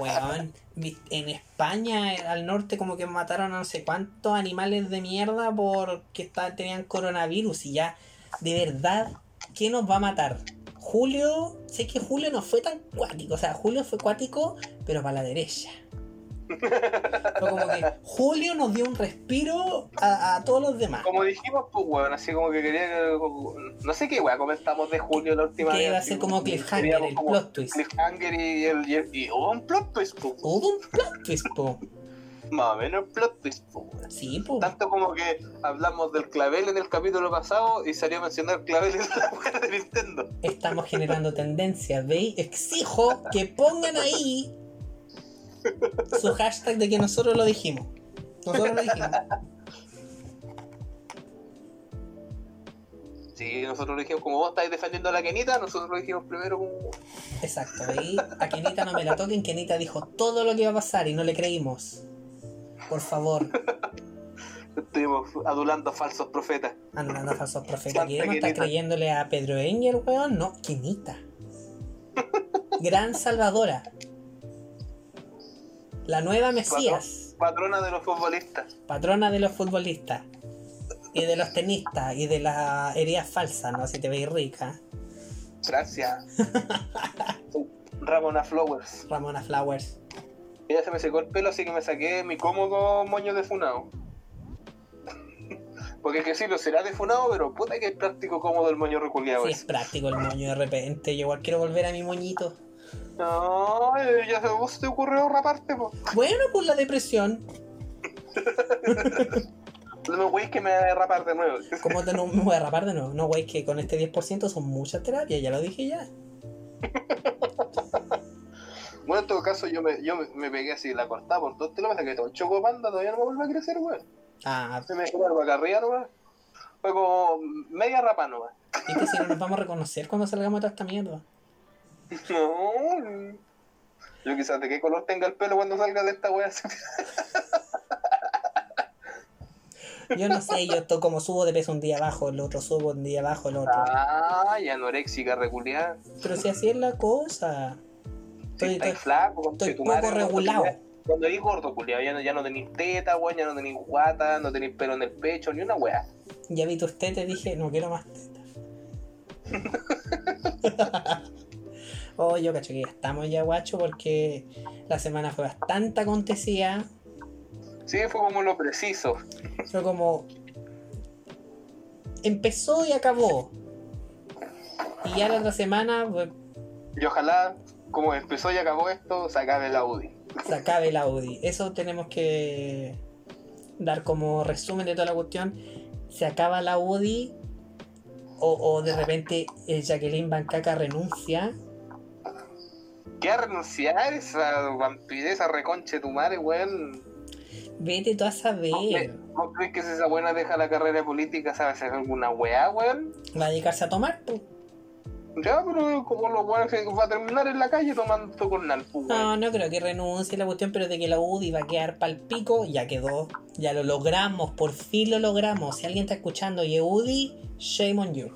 A: Weón, vi- en España, eh, al norte, como que mataron a no sé cuántos animales de mierda porque esta- tenían coronavirus y ya, de verdad, ¿qué nos va a matar? Julio, sé que Julio no fue tan cuático, o sea, Julio fue cuático, pero para la derecha. Fue como que Julio nos dio un respiro a, a todos los demás.
B: Como dijimos, pues, weón, así como que quería que. No sé qué, weón, comentamos de julio la última
A: Que
B: vez.
A: iba a
B: así
A: ser como cliffhanger,
B: queríamos
A: el
B: como
A: plot twist.
B: Cliffhanger y, el, y, el- y hubo un plot twist, pues, weón.
A: Hubo un plot twist, po.
B: Más o menos plot twist, pues, weón.
A: Sí, po.
B: Tanto como que hablamos del clavel en el capítulo pasado y salió a mencionar clavel en la web de Nintendo.
A: Estamos generando tendencias, ¿veis? Exijo que pongan ahí su hashtag de que nosotros lo dijimos. Nosotros lo dijimos.
B: Sí, nosotros lo dijimos, como vos estáis defendiendo a la Kenita, nosotros lo dijimos primero como...
A: Exacto, ¿veis? A Kenita no me la toquen. Kenita dijo todo lo que iba a pasar y no le creímos. Por favor,
B: Estuvimos adulando a falsos profetas.
A: andando a falsos profetas.
B: Santa
A: ¿Queremos estar
B: Kenita.
A: creyéndole a Pedro Engel, weón? No, Kenita. Gran salvadora. La nueva Mesías.
B: Patrona de los futbolistas.
A: patrona de los futbolistas y de los tenistas y de las heridas falsas, ¿no? Si te veis rica,
B: Gracias. Ramona Flowers.
A: Ramona Flowers.
B: Ella se me secó el pelo, así que me saqué mi cómodo moño de funado. Porque es que sí, lo será de funado, pero puta que es práctico cómodo el moño reculeado
A: Si
B: ese.
A: es práctico el moño de repente, yo igual quiero volver a mi moñito.
B: No, eh, ya se vos te ocurrió otra parte, po.
A: Bueno, por la depresión,
B: No me güey que me va a rapar de nuevo.
A: ¿cómo te no me voy a rapar de nuevo? No, güey, que con este 10% son muchas terapias, ya lo dije ya.
B: Bueno, en todo caso, yo me, yo me, me pegué así, la cortaba por dos kilómetros, que todo el choco panda todavía no me vuelve a crecer, weón.
A: Ah,
B: Se me dejó la carrera nomás. Fue como media rapa nomás.
A: es que si no nos vamos a reconocer cuando salgamos de esta mierda.
B: No. Yo quizás de qué color tenga el pelo cuando salga de esta wea.
A: Yo no sé, yo to- como subo de peso un día abajo, el otro subo un día
B: Ah,
A: abajo, el otro.
B: Ay, anoréxica, reculeada.
A: Pero si así es la cosa.
B: Si
A: Estoy, estoy,
B: estáis flaco,
A: estoy
B: conchetumare,
A: poco
B: gordo,
A: regulado.
B: culiao. Cuando eres gordo, culiao, ya no, ya no tenéis teta, weón, ya no tenéis guata, no tenéis pelo en el pecho, ni una weá.
A: Ya vi tus tetas y dije, no quiero más tetas. oh, yo cacho que ya estamos ya, guacho, porque la semana fue bastante acontecida.
B: Sí, fue como lo preciso.
A: Fue como. Empezó y acabó. Y ya la otra semana pues,
B: Y ojalá, como empezó y acabó esto, se acabe la UDI.
A: se acabe el Audi. Eso tenemos que dar como resumen de toda la cuestión. Se acaba la Audi. O, o de repente eh, Jacqueline Bancaca renuncia.
B: ¿Qué a renunciar esa vampireza reconche tu madre, weón?
A: Vete tú a saber.
B: ¿No crees que si esa buena deja la carrera política sabe hacer alguna weá, weón?
A: Va a dedicarse a tomar, pues.
B: Ya, pero como los weones que va a terminar en la calle tomando chocornal, pues, weón.
A: No, no creo que renuncie la cuestión, pero de que la UDI va a quedar pal pico, ya quedó. Ya lo logramos, por fin lo logramos. Si alguien está escuchando y es UDI, shame on you.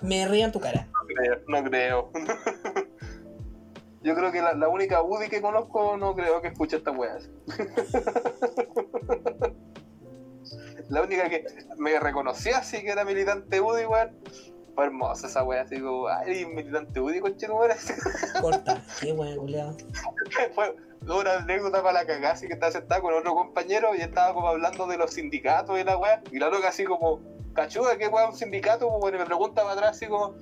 A: Me río en tu cara.
B: creo, no creo. Yo creo que la, la única Woody que conozco no creo que escuche estas weas. la única que me reconocía así que era militante Woody, weón. Fue hermosa esa wea, así como, ay, eres militante Woody, conchetumare.
A: Corta. Qué bueno, culiado.
B: Fue una anécdota para la cagada, así que estaba sentada con otro compañero y estaba como hablando de los sindicatos y la wea. Y la loca así como, cachuda, ¿qué wea es un sindicato? Bueno, y me pregunta para atrás así como,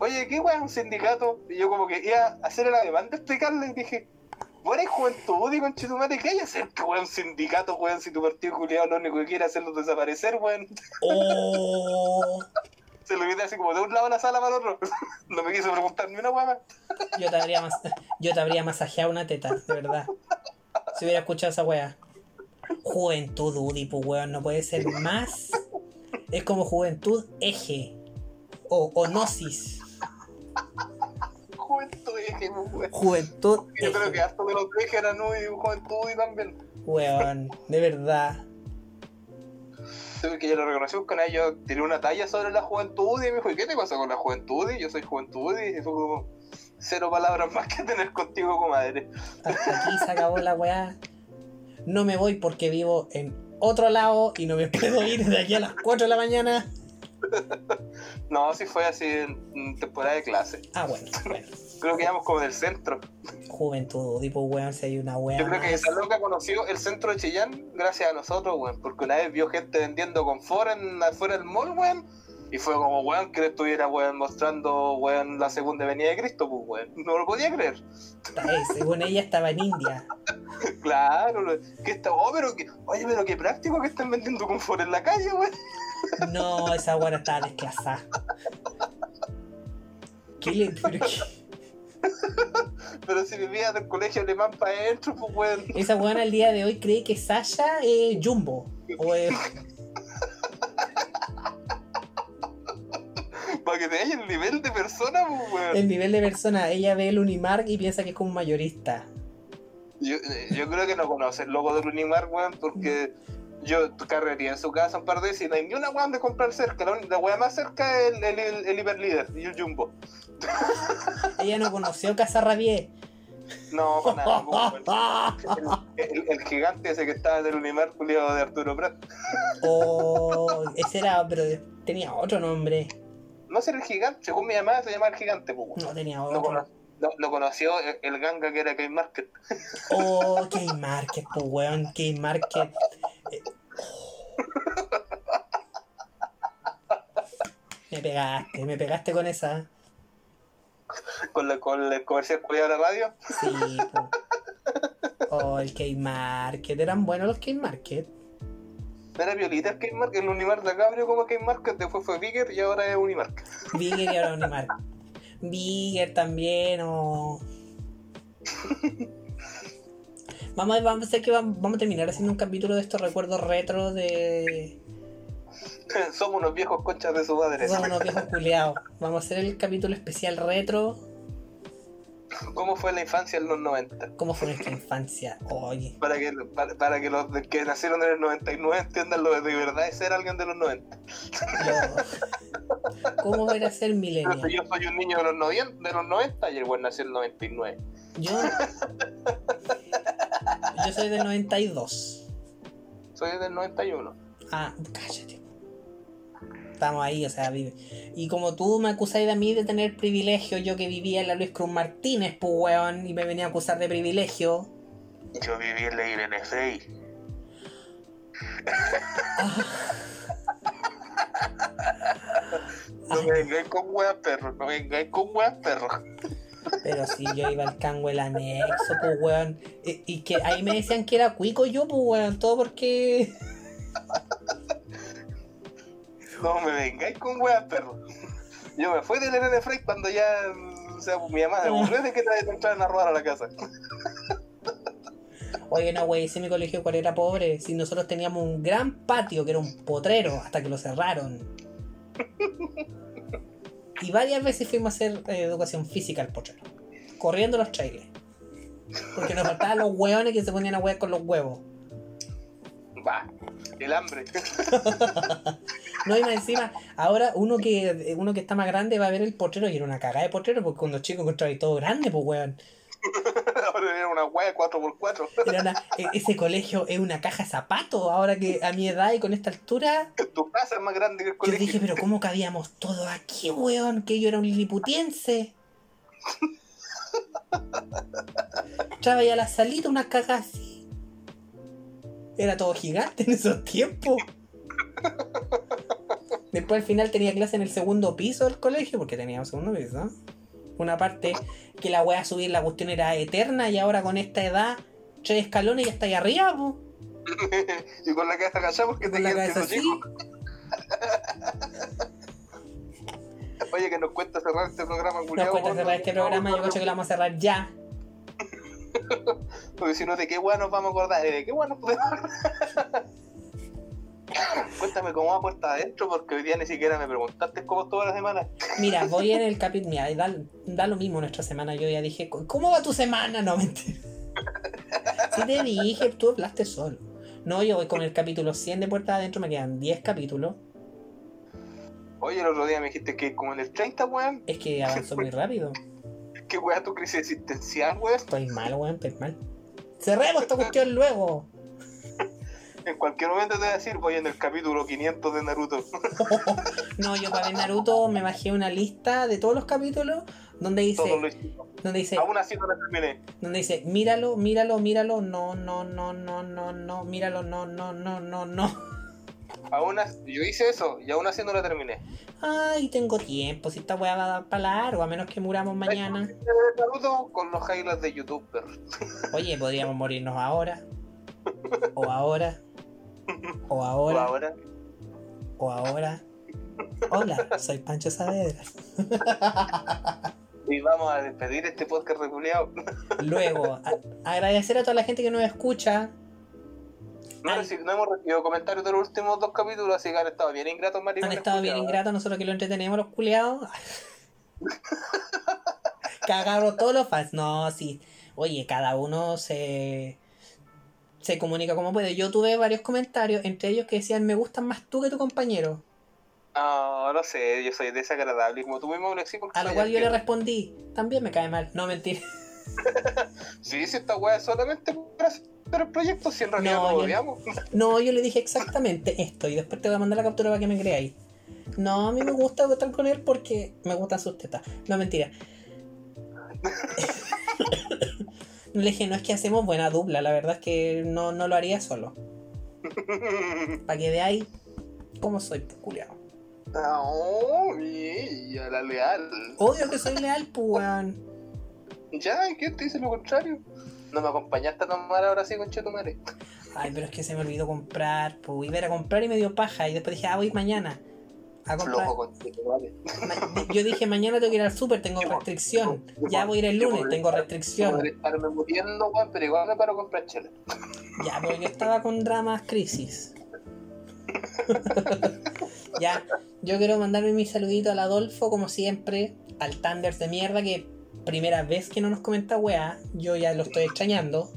B: oye, ¿qué wea es un sindicato? Y yo como que iba a hacer la demanda, explicarle y dije, bueno, es juventud y conchetumare, ¿qué hay que hacer que wea es un sindicato, weón? Si tu partido culiado lo único que quiere es hacerlo desaparecer, weón.
A: Oh,
B: Se lo grité así como de un lado de la sala para el otro. no me quiso preguntar ni una wea más.
A: yo te habría, mas- yo te habría masajeado una teta, de verdad. Si hubiera escuchado esa wea. Juventud UDI, pues weón, no puede ser más. Es como juventud eje. O, o gnosis.
B: Juventud, dije, weón.
A: Juventud
B: Yo creo
A: eje.
B: que harto de los tres que eran muy juventud y también.
A: Weón, de verdad.
B: Sí, porque yo lo reconocí con ellos, tiré una talla sobre la juventud y me dijo, ¿y qué te pasa con la juventud? Y yo soy juventud y fue como cero palabras más que tener contigo, comadre.
A: Hasta aquí se acabó la weá. No me voy porque vivo en otro lado y no me puedo ir de aquí a las 4 de la mañana.
B: No, sí fue así en en temporada de clase.
A: Ah, bueno, bueno.
B: Creo que íbamos como del centro.
A: Juventud, tipo weón, si hay una weá.
B: Yo creo que
A: más.
B: esa loca conoció el centro de Chillán gracias a nosotros, weón. Porque una vez vio gente vendiendo confort en, afuera del mall, weón. Y fue como, weón, que le estuviera, weón, mostrando, weón, la segunda venida de Cristo, pues, weón. No lo podía creer.
A: Está- eh, según ella estaba en India.
B: Claro, lo- que está, oh, pero que, oye, pero qué práctico que están vendiendo confort en la calle, güey.
A: No, esa weá estaba desclasada. ¿Qué le.? pero qué-
B: Pero si vivía del colegio alemán para adentro, pues, güey.
A: Esa weón al día de hoy cree que Sasha es Jumbo. O es-
B: Para que veáis el nivel de persona, pues, güey.
A: el nivel de persona. Ella ve el Unimark y piensa que es como un mayorista.
B: Yo, eh, yo creo que no conoce el logo del Unimar, güey, porque yo carrería en su casa un par de veces y no hay ni una güey de comprar cerca. La, un- la güey más cerca es el, el, el, el hiperlíder y el jumbo.
A: Ella no conoció Casa Rabier.
B: No, para nada, pues, güey. El, el- el gigante ese que estaba en el Unimar, culiado de Arturo Prat.
A: O Oh, ese era, pero de- tenía otro nombre.
B: No ser el gigante, según mi mamá se llamaba el gigante, pues, güey.
A: No tenía
B: lo,
A: otro.
B: cono- lo- lo conoció el, el ganga que era Key Market.
A: Oh, Key Market, pues weón, Key Market. Eh, oh. Me pegaste, me pegaste con esa.
B: Con, la- con el comercial culiado de la radio.
A: Sí, po. Oh, el Key Market. Eran buenos los Key Market.
B: Era Violita el Key Market, el Unimar de acá abrió como Key Market, después fue Bigger y ahora es Unimark.
A: Bigger y ahora Unimark. Bigger también, oh. o. Vamos, a- vamos a hacer que vamos, vamos a terminar haciendo un capítulo de estos recuerdos retro de.
B: Somos unos viejos conchas de su madre.
A: Somos unos viejos culiados. Vamos a hacer el capítulo especial retro.
B: ¿Cómo fue la infancia en los 90?
A: ¿Cómo fue nuestra infancia? Oye,
B: Para que, para, para que los de- que nacieron en el 99 entiendan lo de de verdad es ser alguien de los 90.
A: yo. ¿Cómo era ser millennial?
B: Pero yo soy un niño de los, 90, de los 90 y el weón nació en el 99.
A: Yo. Yo soy del 92.
B: Soy del 91.
A: Ah, cállate. Estamos ahí, o sea, vive. Y como tú me acusáis de a mí de tener privilegio, yo que vivía en la Luis Cruz Martínez, pues weón, y me venía a acusar de privilegio.
B: Yo viví en la Irene Frey.
A: Ah,
B: No me vengáis con weas, perro. No me vengáis con weas, perro.
A: Pero si yo iba al cango el anexo, pues weón. Y, y que ahí me decían que era cuico yo, pues weón, todo porque.
B: No me vengáis con weas, perro. Yo me fui de la Irene Frey cuando ya. O sea, mi mamá se aburrió de que te entraran a robar a la casa.
A: Oye, no, güey, ese mi colegio cuál era pobre. Si nosotros teníamos un gran patio que era un potrero hasta que lo cerraron. Y varias veces fuimos a hacer eh, educación física al potrero. Corriendo los trailers. Porque nos faltaban los hueones que se ponían a huear con los huevos.
B: Va, el hambre.
A: No, y más encima, ahora uno que eh, uno que está más grande va a ver el potrero y era una cagada de potrero porque cuando chico encontraba y todo grande, pues hueón.
B: Ahora era una wea 4x4.
A: Era una- e- ese colegio es una caja de zapatos ahora que a mi edad y con esta altura.
B: Tu casa es más grande que el
A: Yo
B: colegio.
A: dije, pero ¿cómo cabíamos todos aquí, weón? Que yo era un liliputiense. Entraba ahí a la salita unas cajas así. Era todo gigante en esos tiempos. Después al final tenía clase en el segundo piso del colegio, porque tenía un segundo piso. ¿no? Una parte que la weá subir la cuestión era eterna y ahora con esta edad, tres escalones y ya está ahí arriba, po.
B: y con la cabeza callada porque te
A: Con la
B: quedas
A: cabeza
B: siendo
A: así.
B: chico. Oye, que nos cuesta cerrar este programa,
A: Nos
B: culiao,
A: cuesta
B: cuando-
A: cerrar este programa, yo creo que lo vamos a cerrar ya.
B: Porque si no, ¿de qué weá nos vamos a acordar? ¿De qué weá nos podemos acordar? Cuéntame cómo va puerta adentro, porque hoy día ni siquiera me preguntaste cómo estuvo la semana.
A: Mira, voy en el capítulo. Mira, da, da lo mismo nuestra semana. Yo ya dije, ¿cómo va tu semana? No, mentira. Si te dije, tú hablaste solo. No, yo voy con el capítulo 100 de Puerta Adentro, me quedan 10 capítulos.
B: Oye, el otro día me dijiste que como en el 30, weón,
A: Es que avanzó muy rápido.
B: qué weá tu crisis existencial, weón.
A: Estoy mal, weón, estoy mal. Cerremos esta cuestión luego.
B: En cualquier momento te voy a decir, voy en el capítulo 500 de Naruto.
A: No, yo para ver Naruto me bajé una lista de todos los capítulos donde
B: Todo lo
A: dice,
B: hicimos.
A: donde dice,
B: Aún así no la terminé.
A: donde dice, míralo, míralo, míralo, no, no, no, no, no, no, míralo, no, no, no, no, no.
B: Aún as- yo hice eso y aún así no la terminé.
A: Ay, tengo tiempo, si esta weá va a dar para largo, a menos que muramos mañana.
B: Eh, Naruto con los highlights de YouTube, perro.
A: Oye, podríamos morirnos ahora. O ahora. O
B: Pues Ahora.
A: ahora. O ahora. Hola, soy Pancho Saavedra.
B: Y vamos a despedir este podcast reculeado.
A: Luego, a- agradecer a toda la gente que nos escucha.
B: No,
A: Ay.
B: reci- no hemos recibido comentarios de los últimos dos capítulos, así que han estado bien ingratos,
A: Han
B: maricones.
A: estado bien
B: culiados.
A: ingratos, nosotros que lo entretenemos, los culeados. Cagaron todos los fans. No, sí. Oye, cada uno se. Se comunica como puede. Yo tuve varios comentarios, entre ellos que decían, me gustan más tú que tu compañero.
B: No, no sé, yo soy desagradable. y Como tú mismo lo exiges,
A: A lo
B: soy
A: cual yo le
B: asqueroso.
A: respondí, también me cae mal. No, mentira.
B: Sí, si esta weá es solamente para hacer el proyecto, si en realidad
A: No,
B: no,
A: yo-
B: lo odiamos.
A: No, yo le dije exactamente esto y después te voy a mandar la captura para que me creáis. No, a mí me gusta estar con él porque me gustan sus tetas. No, mentira. le dije, no es que hacemos buena dupla, la verdad es que no, no lo haría solo. Para que veáis cómo soy, pues, culiao.
B: No, Ah, oh, y a la leal.
A: Obvio que soy leal, pues, weón.
B: Ya, ¿y ¿qué te dice lo contrario? No me acompañaste a tomar ahora sí con Chetumare.
A: Ay, pero es que se me olvidó comprar, pues iba a ir a comprar y me dio paja y después dije, ah, voy mañana. A comprar.
B: Flojo con Chetumare.
A: Ma- Yo dije, mañana tengo que ir al súper, tengo restricción. Ya voy a ir el lunes, tengo restricción.
B: Podría estarme muriendo, weón, pero igual me paro a comprar chela.
A: Ya, pero yo estaba con dramas crisis. ya, yo quiero mandarme mi saludito al Adolfo, como siempre, al Thunders de mierda, que primera vez que no nos comenta weá, yo ya lo estoy extrañando.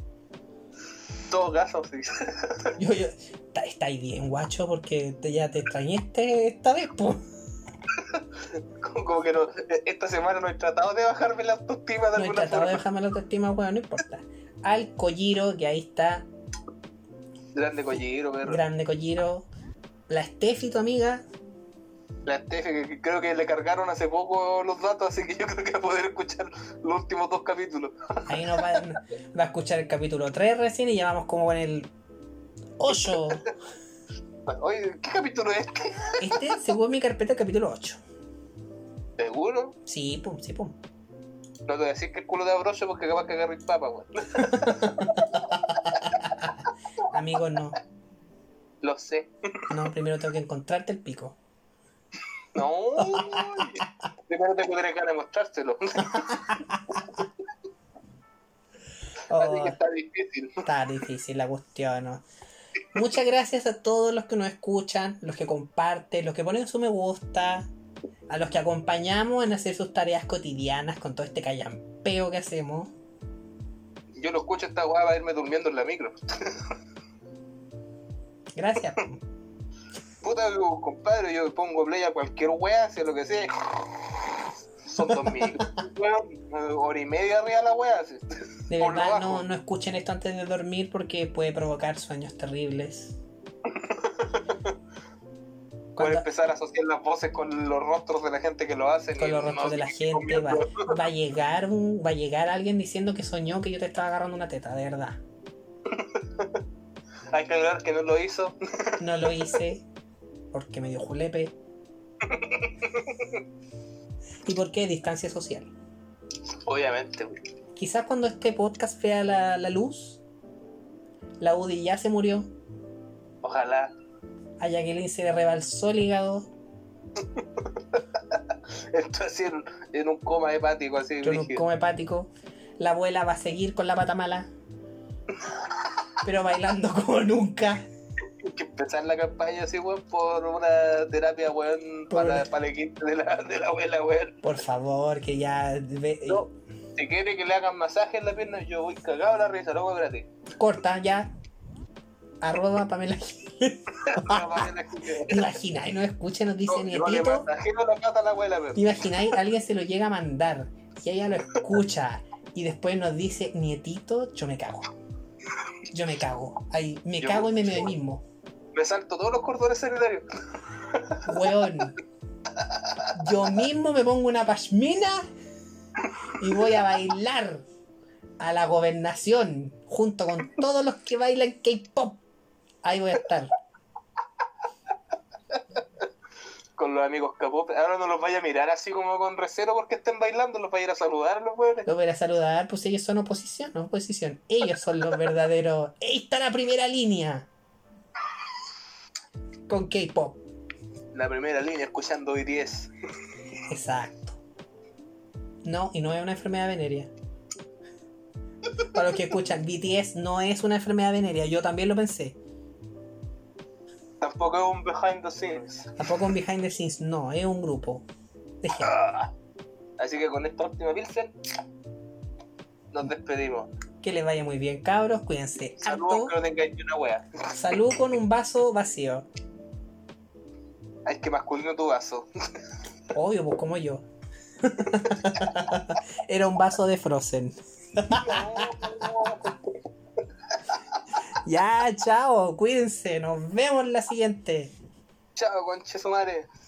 B: Todo caso, sí.
A: Yo, yo, este, está, está ahí bien, guacho, porque te- ya te extrañaste esta vez, po.
B: Como, como que no, eh, esta semana no he tratado de bajarme la autoestima de
A: No he
B: alguna
A: tratado de
B: forma.
A: dejarme la autoestima, weón, no importa. Al Colliro, que ahí está,
B: Grande collero, perro.
A: grande Colliro. La Steffi, tu amiga,
B: La Estefe, que- que creo que le cargaron hace poco los datos, así que yo creo que va a poder escuchar los últimos dos capítulos.
A: ahí nos va, va a escuchar el capítulo 3 recién y ya vamos como en el 8.
B: Oye, ¿qué capítulo es este?
A: Este, según mi carpeta, el capítulo 8.
B: ¿Seguro?
A: Sí, pum, sí, pum.
B: No te voy a decir que el culo de Abrocho porque capaz que agarre el papa, weón.
A: Amigos, no.
B: Lo sé.
A: No, primero tengo que encontrarte el pico.
B: No. Primero te podré ganas de mostrártelo.
A: Ah.
B: Así
A: Oh,
B: que está difícil.
A: está difícil la cuestión. ¿no? Muchas gracias a todos los que nos escuchan, los que comparten, los que ponen su me gusta, a los que acompañamos en hacer sus tareas cotidianas con todo este callampeo que hacemos.
B: Yo lo escucho esta weá para irme durmiendo en la micro.
A: Gracias. po.
B: Puta, yo, compadre, yo pongo play a cualquier weá, sea lo que sea. Son dos mil. hora y media arriba la weá. así.
A: De
B: Por lo
A: verdad, no,
B: bajo.
A: no escuchen esto antes de dormir porque puede provocar sueños terribles.
B: Puedes
A: Cuando-
B: empezar a asociar las voces con los rostros de la gente que lo hacen.
A: con
B: y
A: los
B: no
A: rostros de la
B: sé,
A: gente, va,
B: comiendo.
A: va a llegar un, va a llegar alguien diciendo que soñó que yo te estaba agarrando una teta, de verdad.
B: Hay que hablar que no lo hizo.
A: No lo hice porque me dio julepe. ¿Y por qué distancia social?
B: Obviamente, weón.
A: Quizás cuando este podcast vea la, la luz, la UDI ya se murió,
B: Ojalá.
A: a Jacqueline se le rebalsó el hígado,
B: Esto así en, en un coma hepático, así.
A: yo no
B: brígido.
A: como hepático, la abuela va a seguir con la pata mala, pero bailando como nunca.
B: Hay que empezar la campaña así, weón, por una terapia, weón,
A: Por-
B: para, para el equipo de la, de la abuela, weón.
A: Por favor, que ya... ve- eh,
B: No. Si quiere que le hagan masaje en la pierna, yo voy cagado a la risa, loco, gratis.
A: corta ya. Arroba Pamela Gil- ¿Te imagináis? No escucha, nos dice
B: No, yo le
A: nietito.
B: masajeo la pata a la abuela, weón.
A: ¿Te imagináis? Alguien se lo llega a mandar y ella lo escucha y después nos dice nietito, yo me cago. Yo me cago. Ay, me
B: Yo-
A: cago en mí mismo.
B: Me salto todos los cordones sanitarios.
A: Weón. Yo mismo me pongo una pashmina y voy a bailar a la gobernación junto con todos los que bailan K-pop. Ahí voy a estar.
B: Con los amigos capop. Ahora no los vaya a mirar así como con recelo porque estén bailando, los vaya a ir a saludar a los weones.
A: Los voy a saludar, pues ellos son oposición, no oposición. Ellos son los verdaderos. Ahí está la primera línea. Con K-pop.
B: La primera línea, escuchando hoy 10.
A: Exacto. No, y no es una enfermedad venérea. Para los que escuchan, BTS no es una enfermedad venérea. Yo también lo pensé.
B: Tampoco es un behind the scenes.
A: Tampoco un behind the scenes. No, es un grupo. Dejé.
B: Ah. Así que con esta última pilsen, nos despedimos.
A: Que les vaya muy bien, cabros. Cuídense.
B: Saludos,
A: Harto.
B: que no tengáis ni una wea.
A: Salud con un vaso vacío.
B: Hay que masculino tu vaso.
A: Obvio, pues como yo. Era un vaso de Frozen. Ya, chao, cuídense, nos vemos la siguiente.
B: Chao, conche su madre.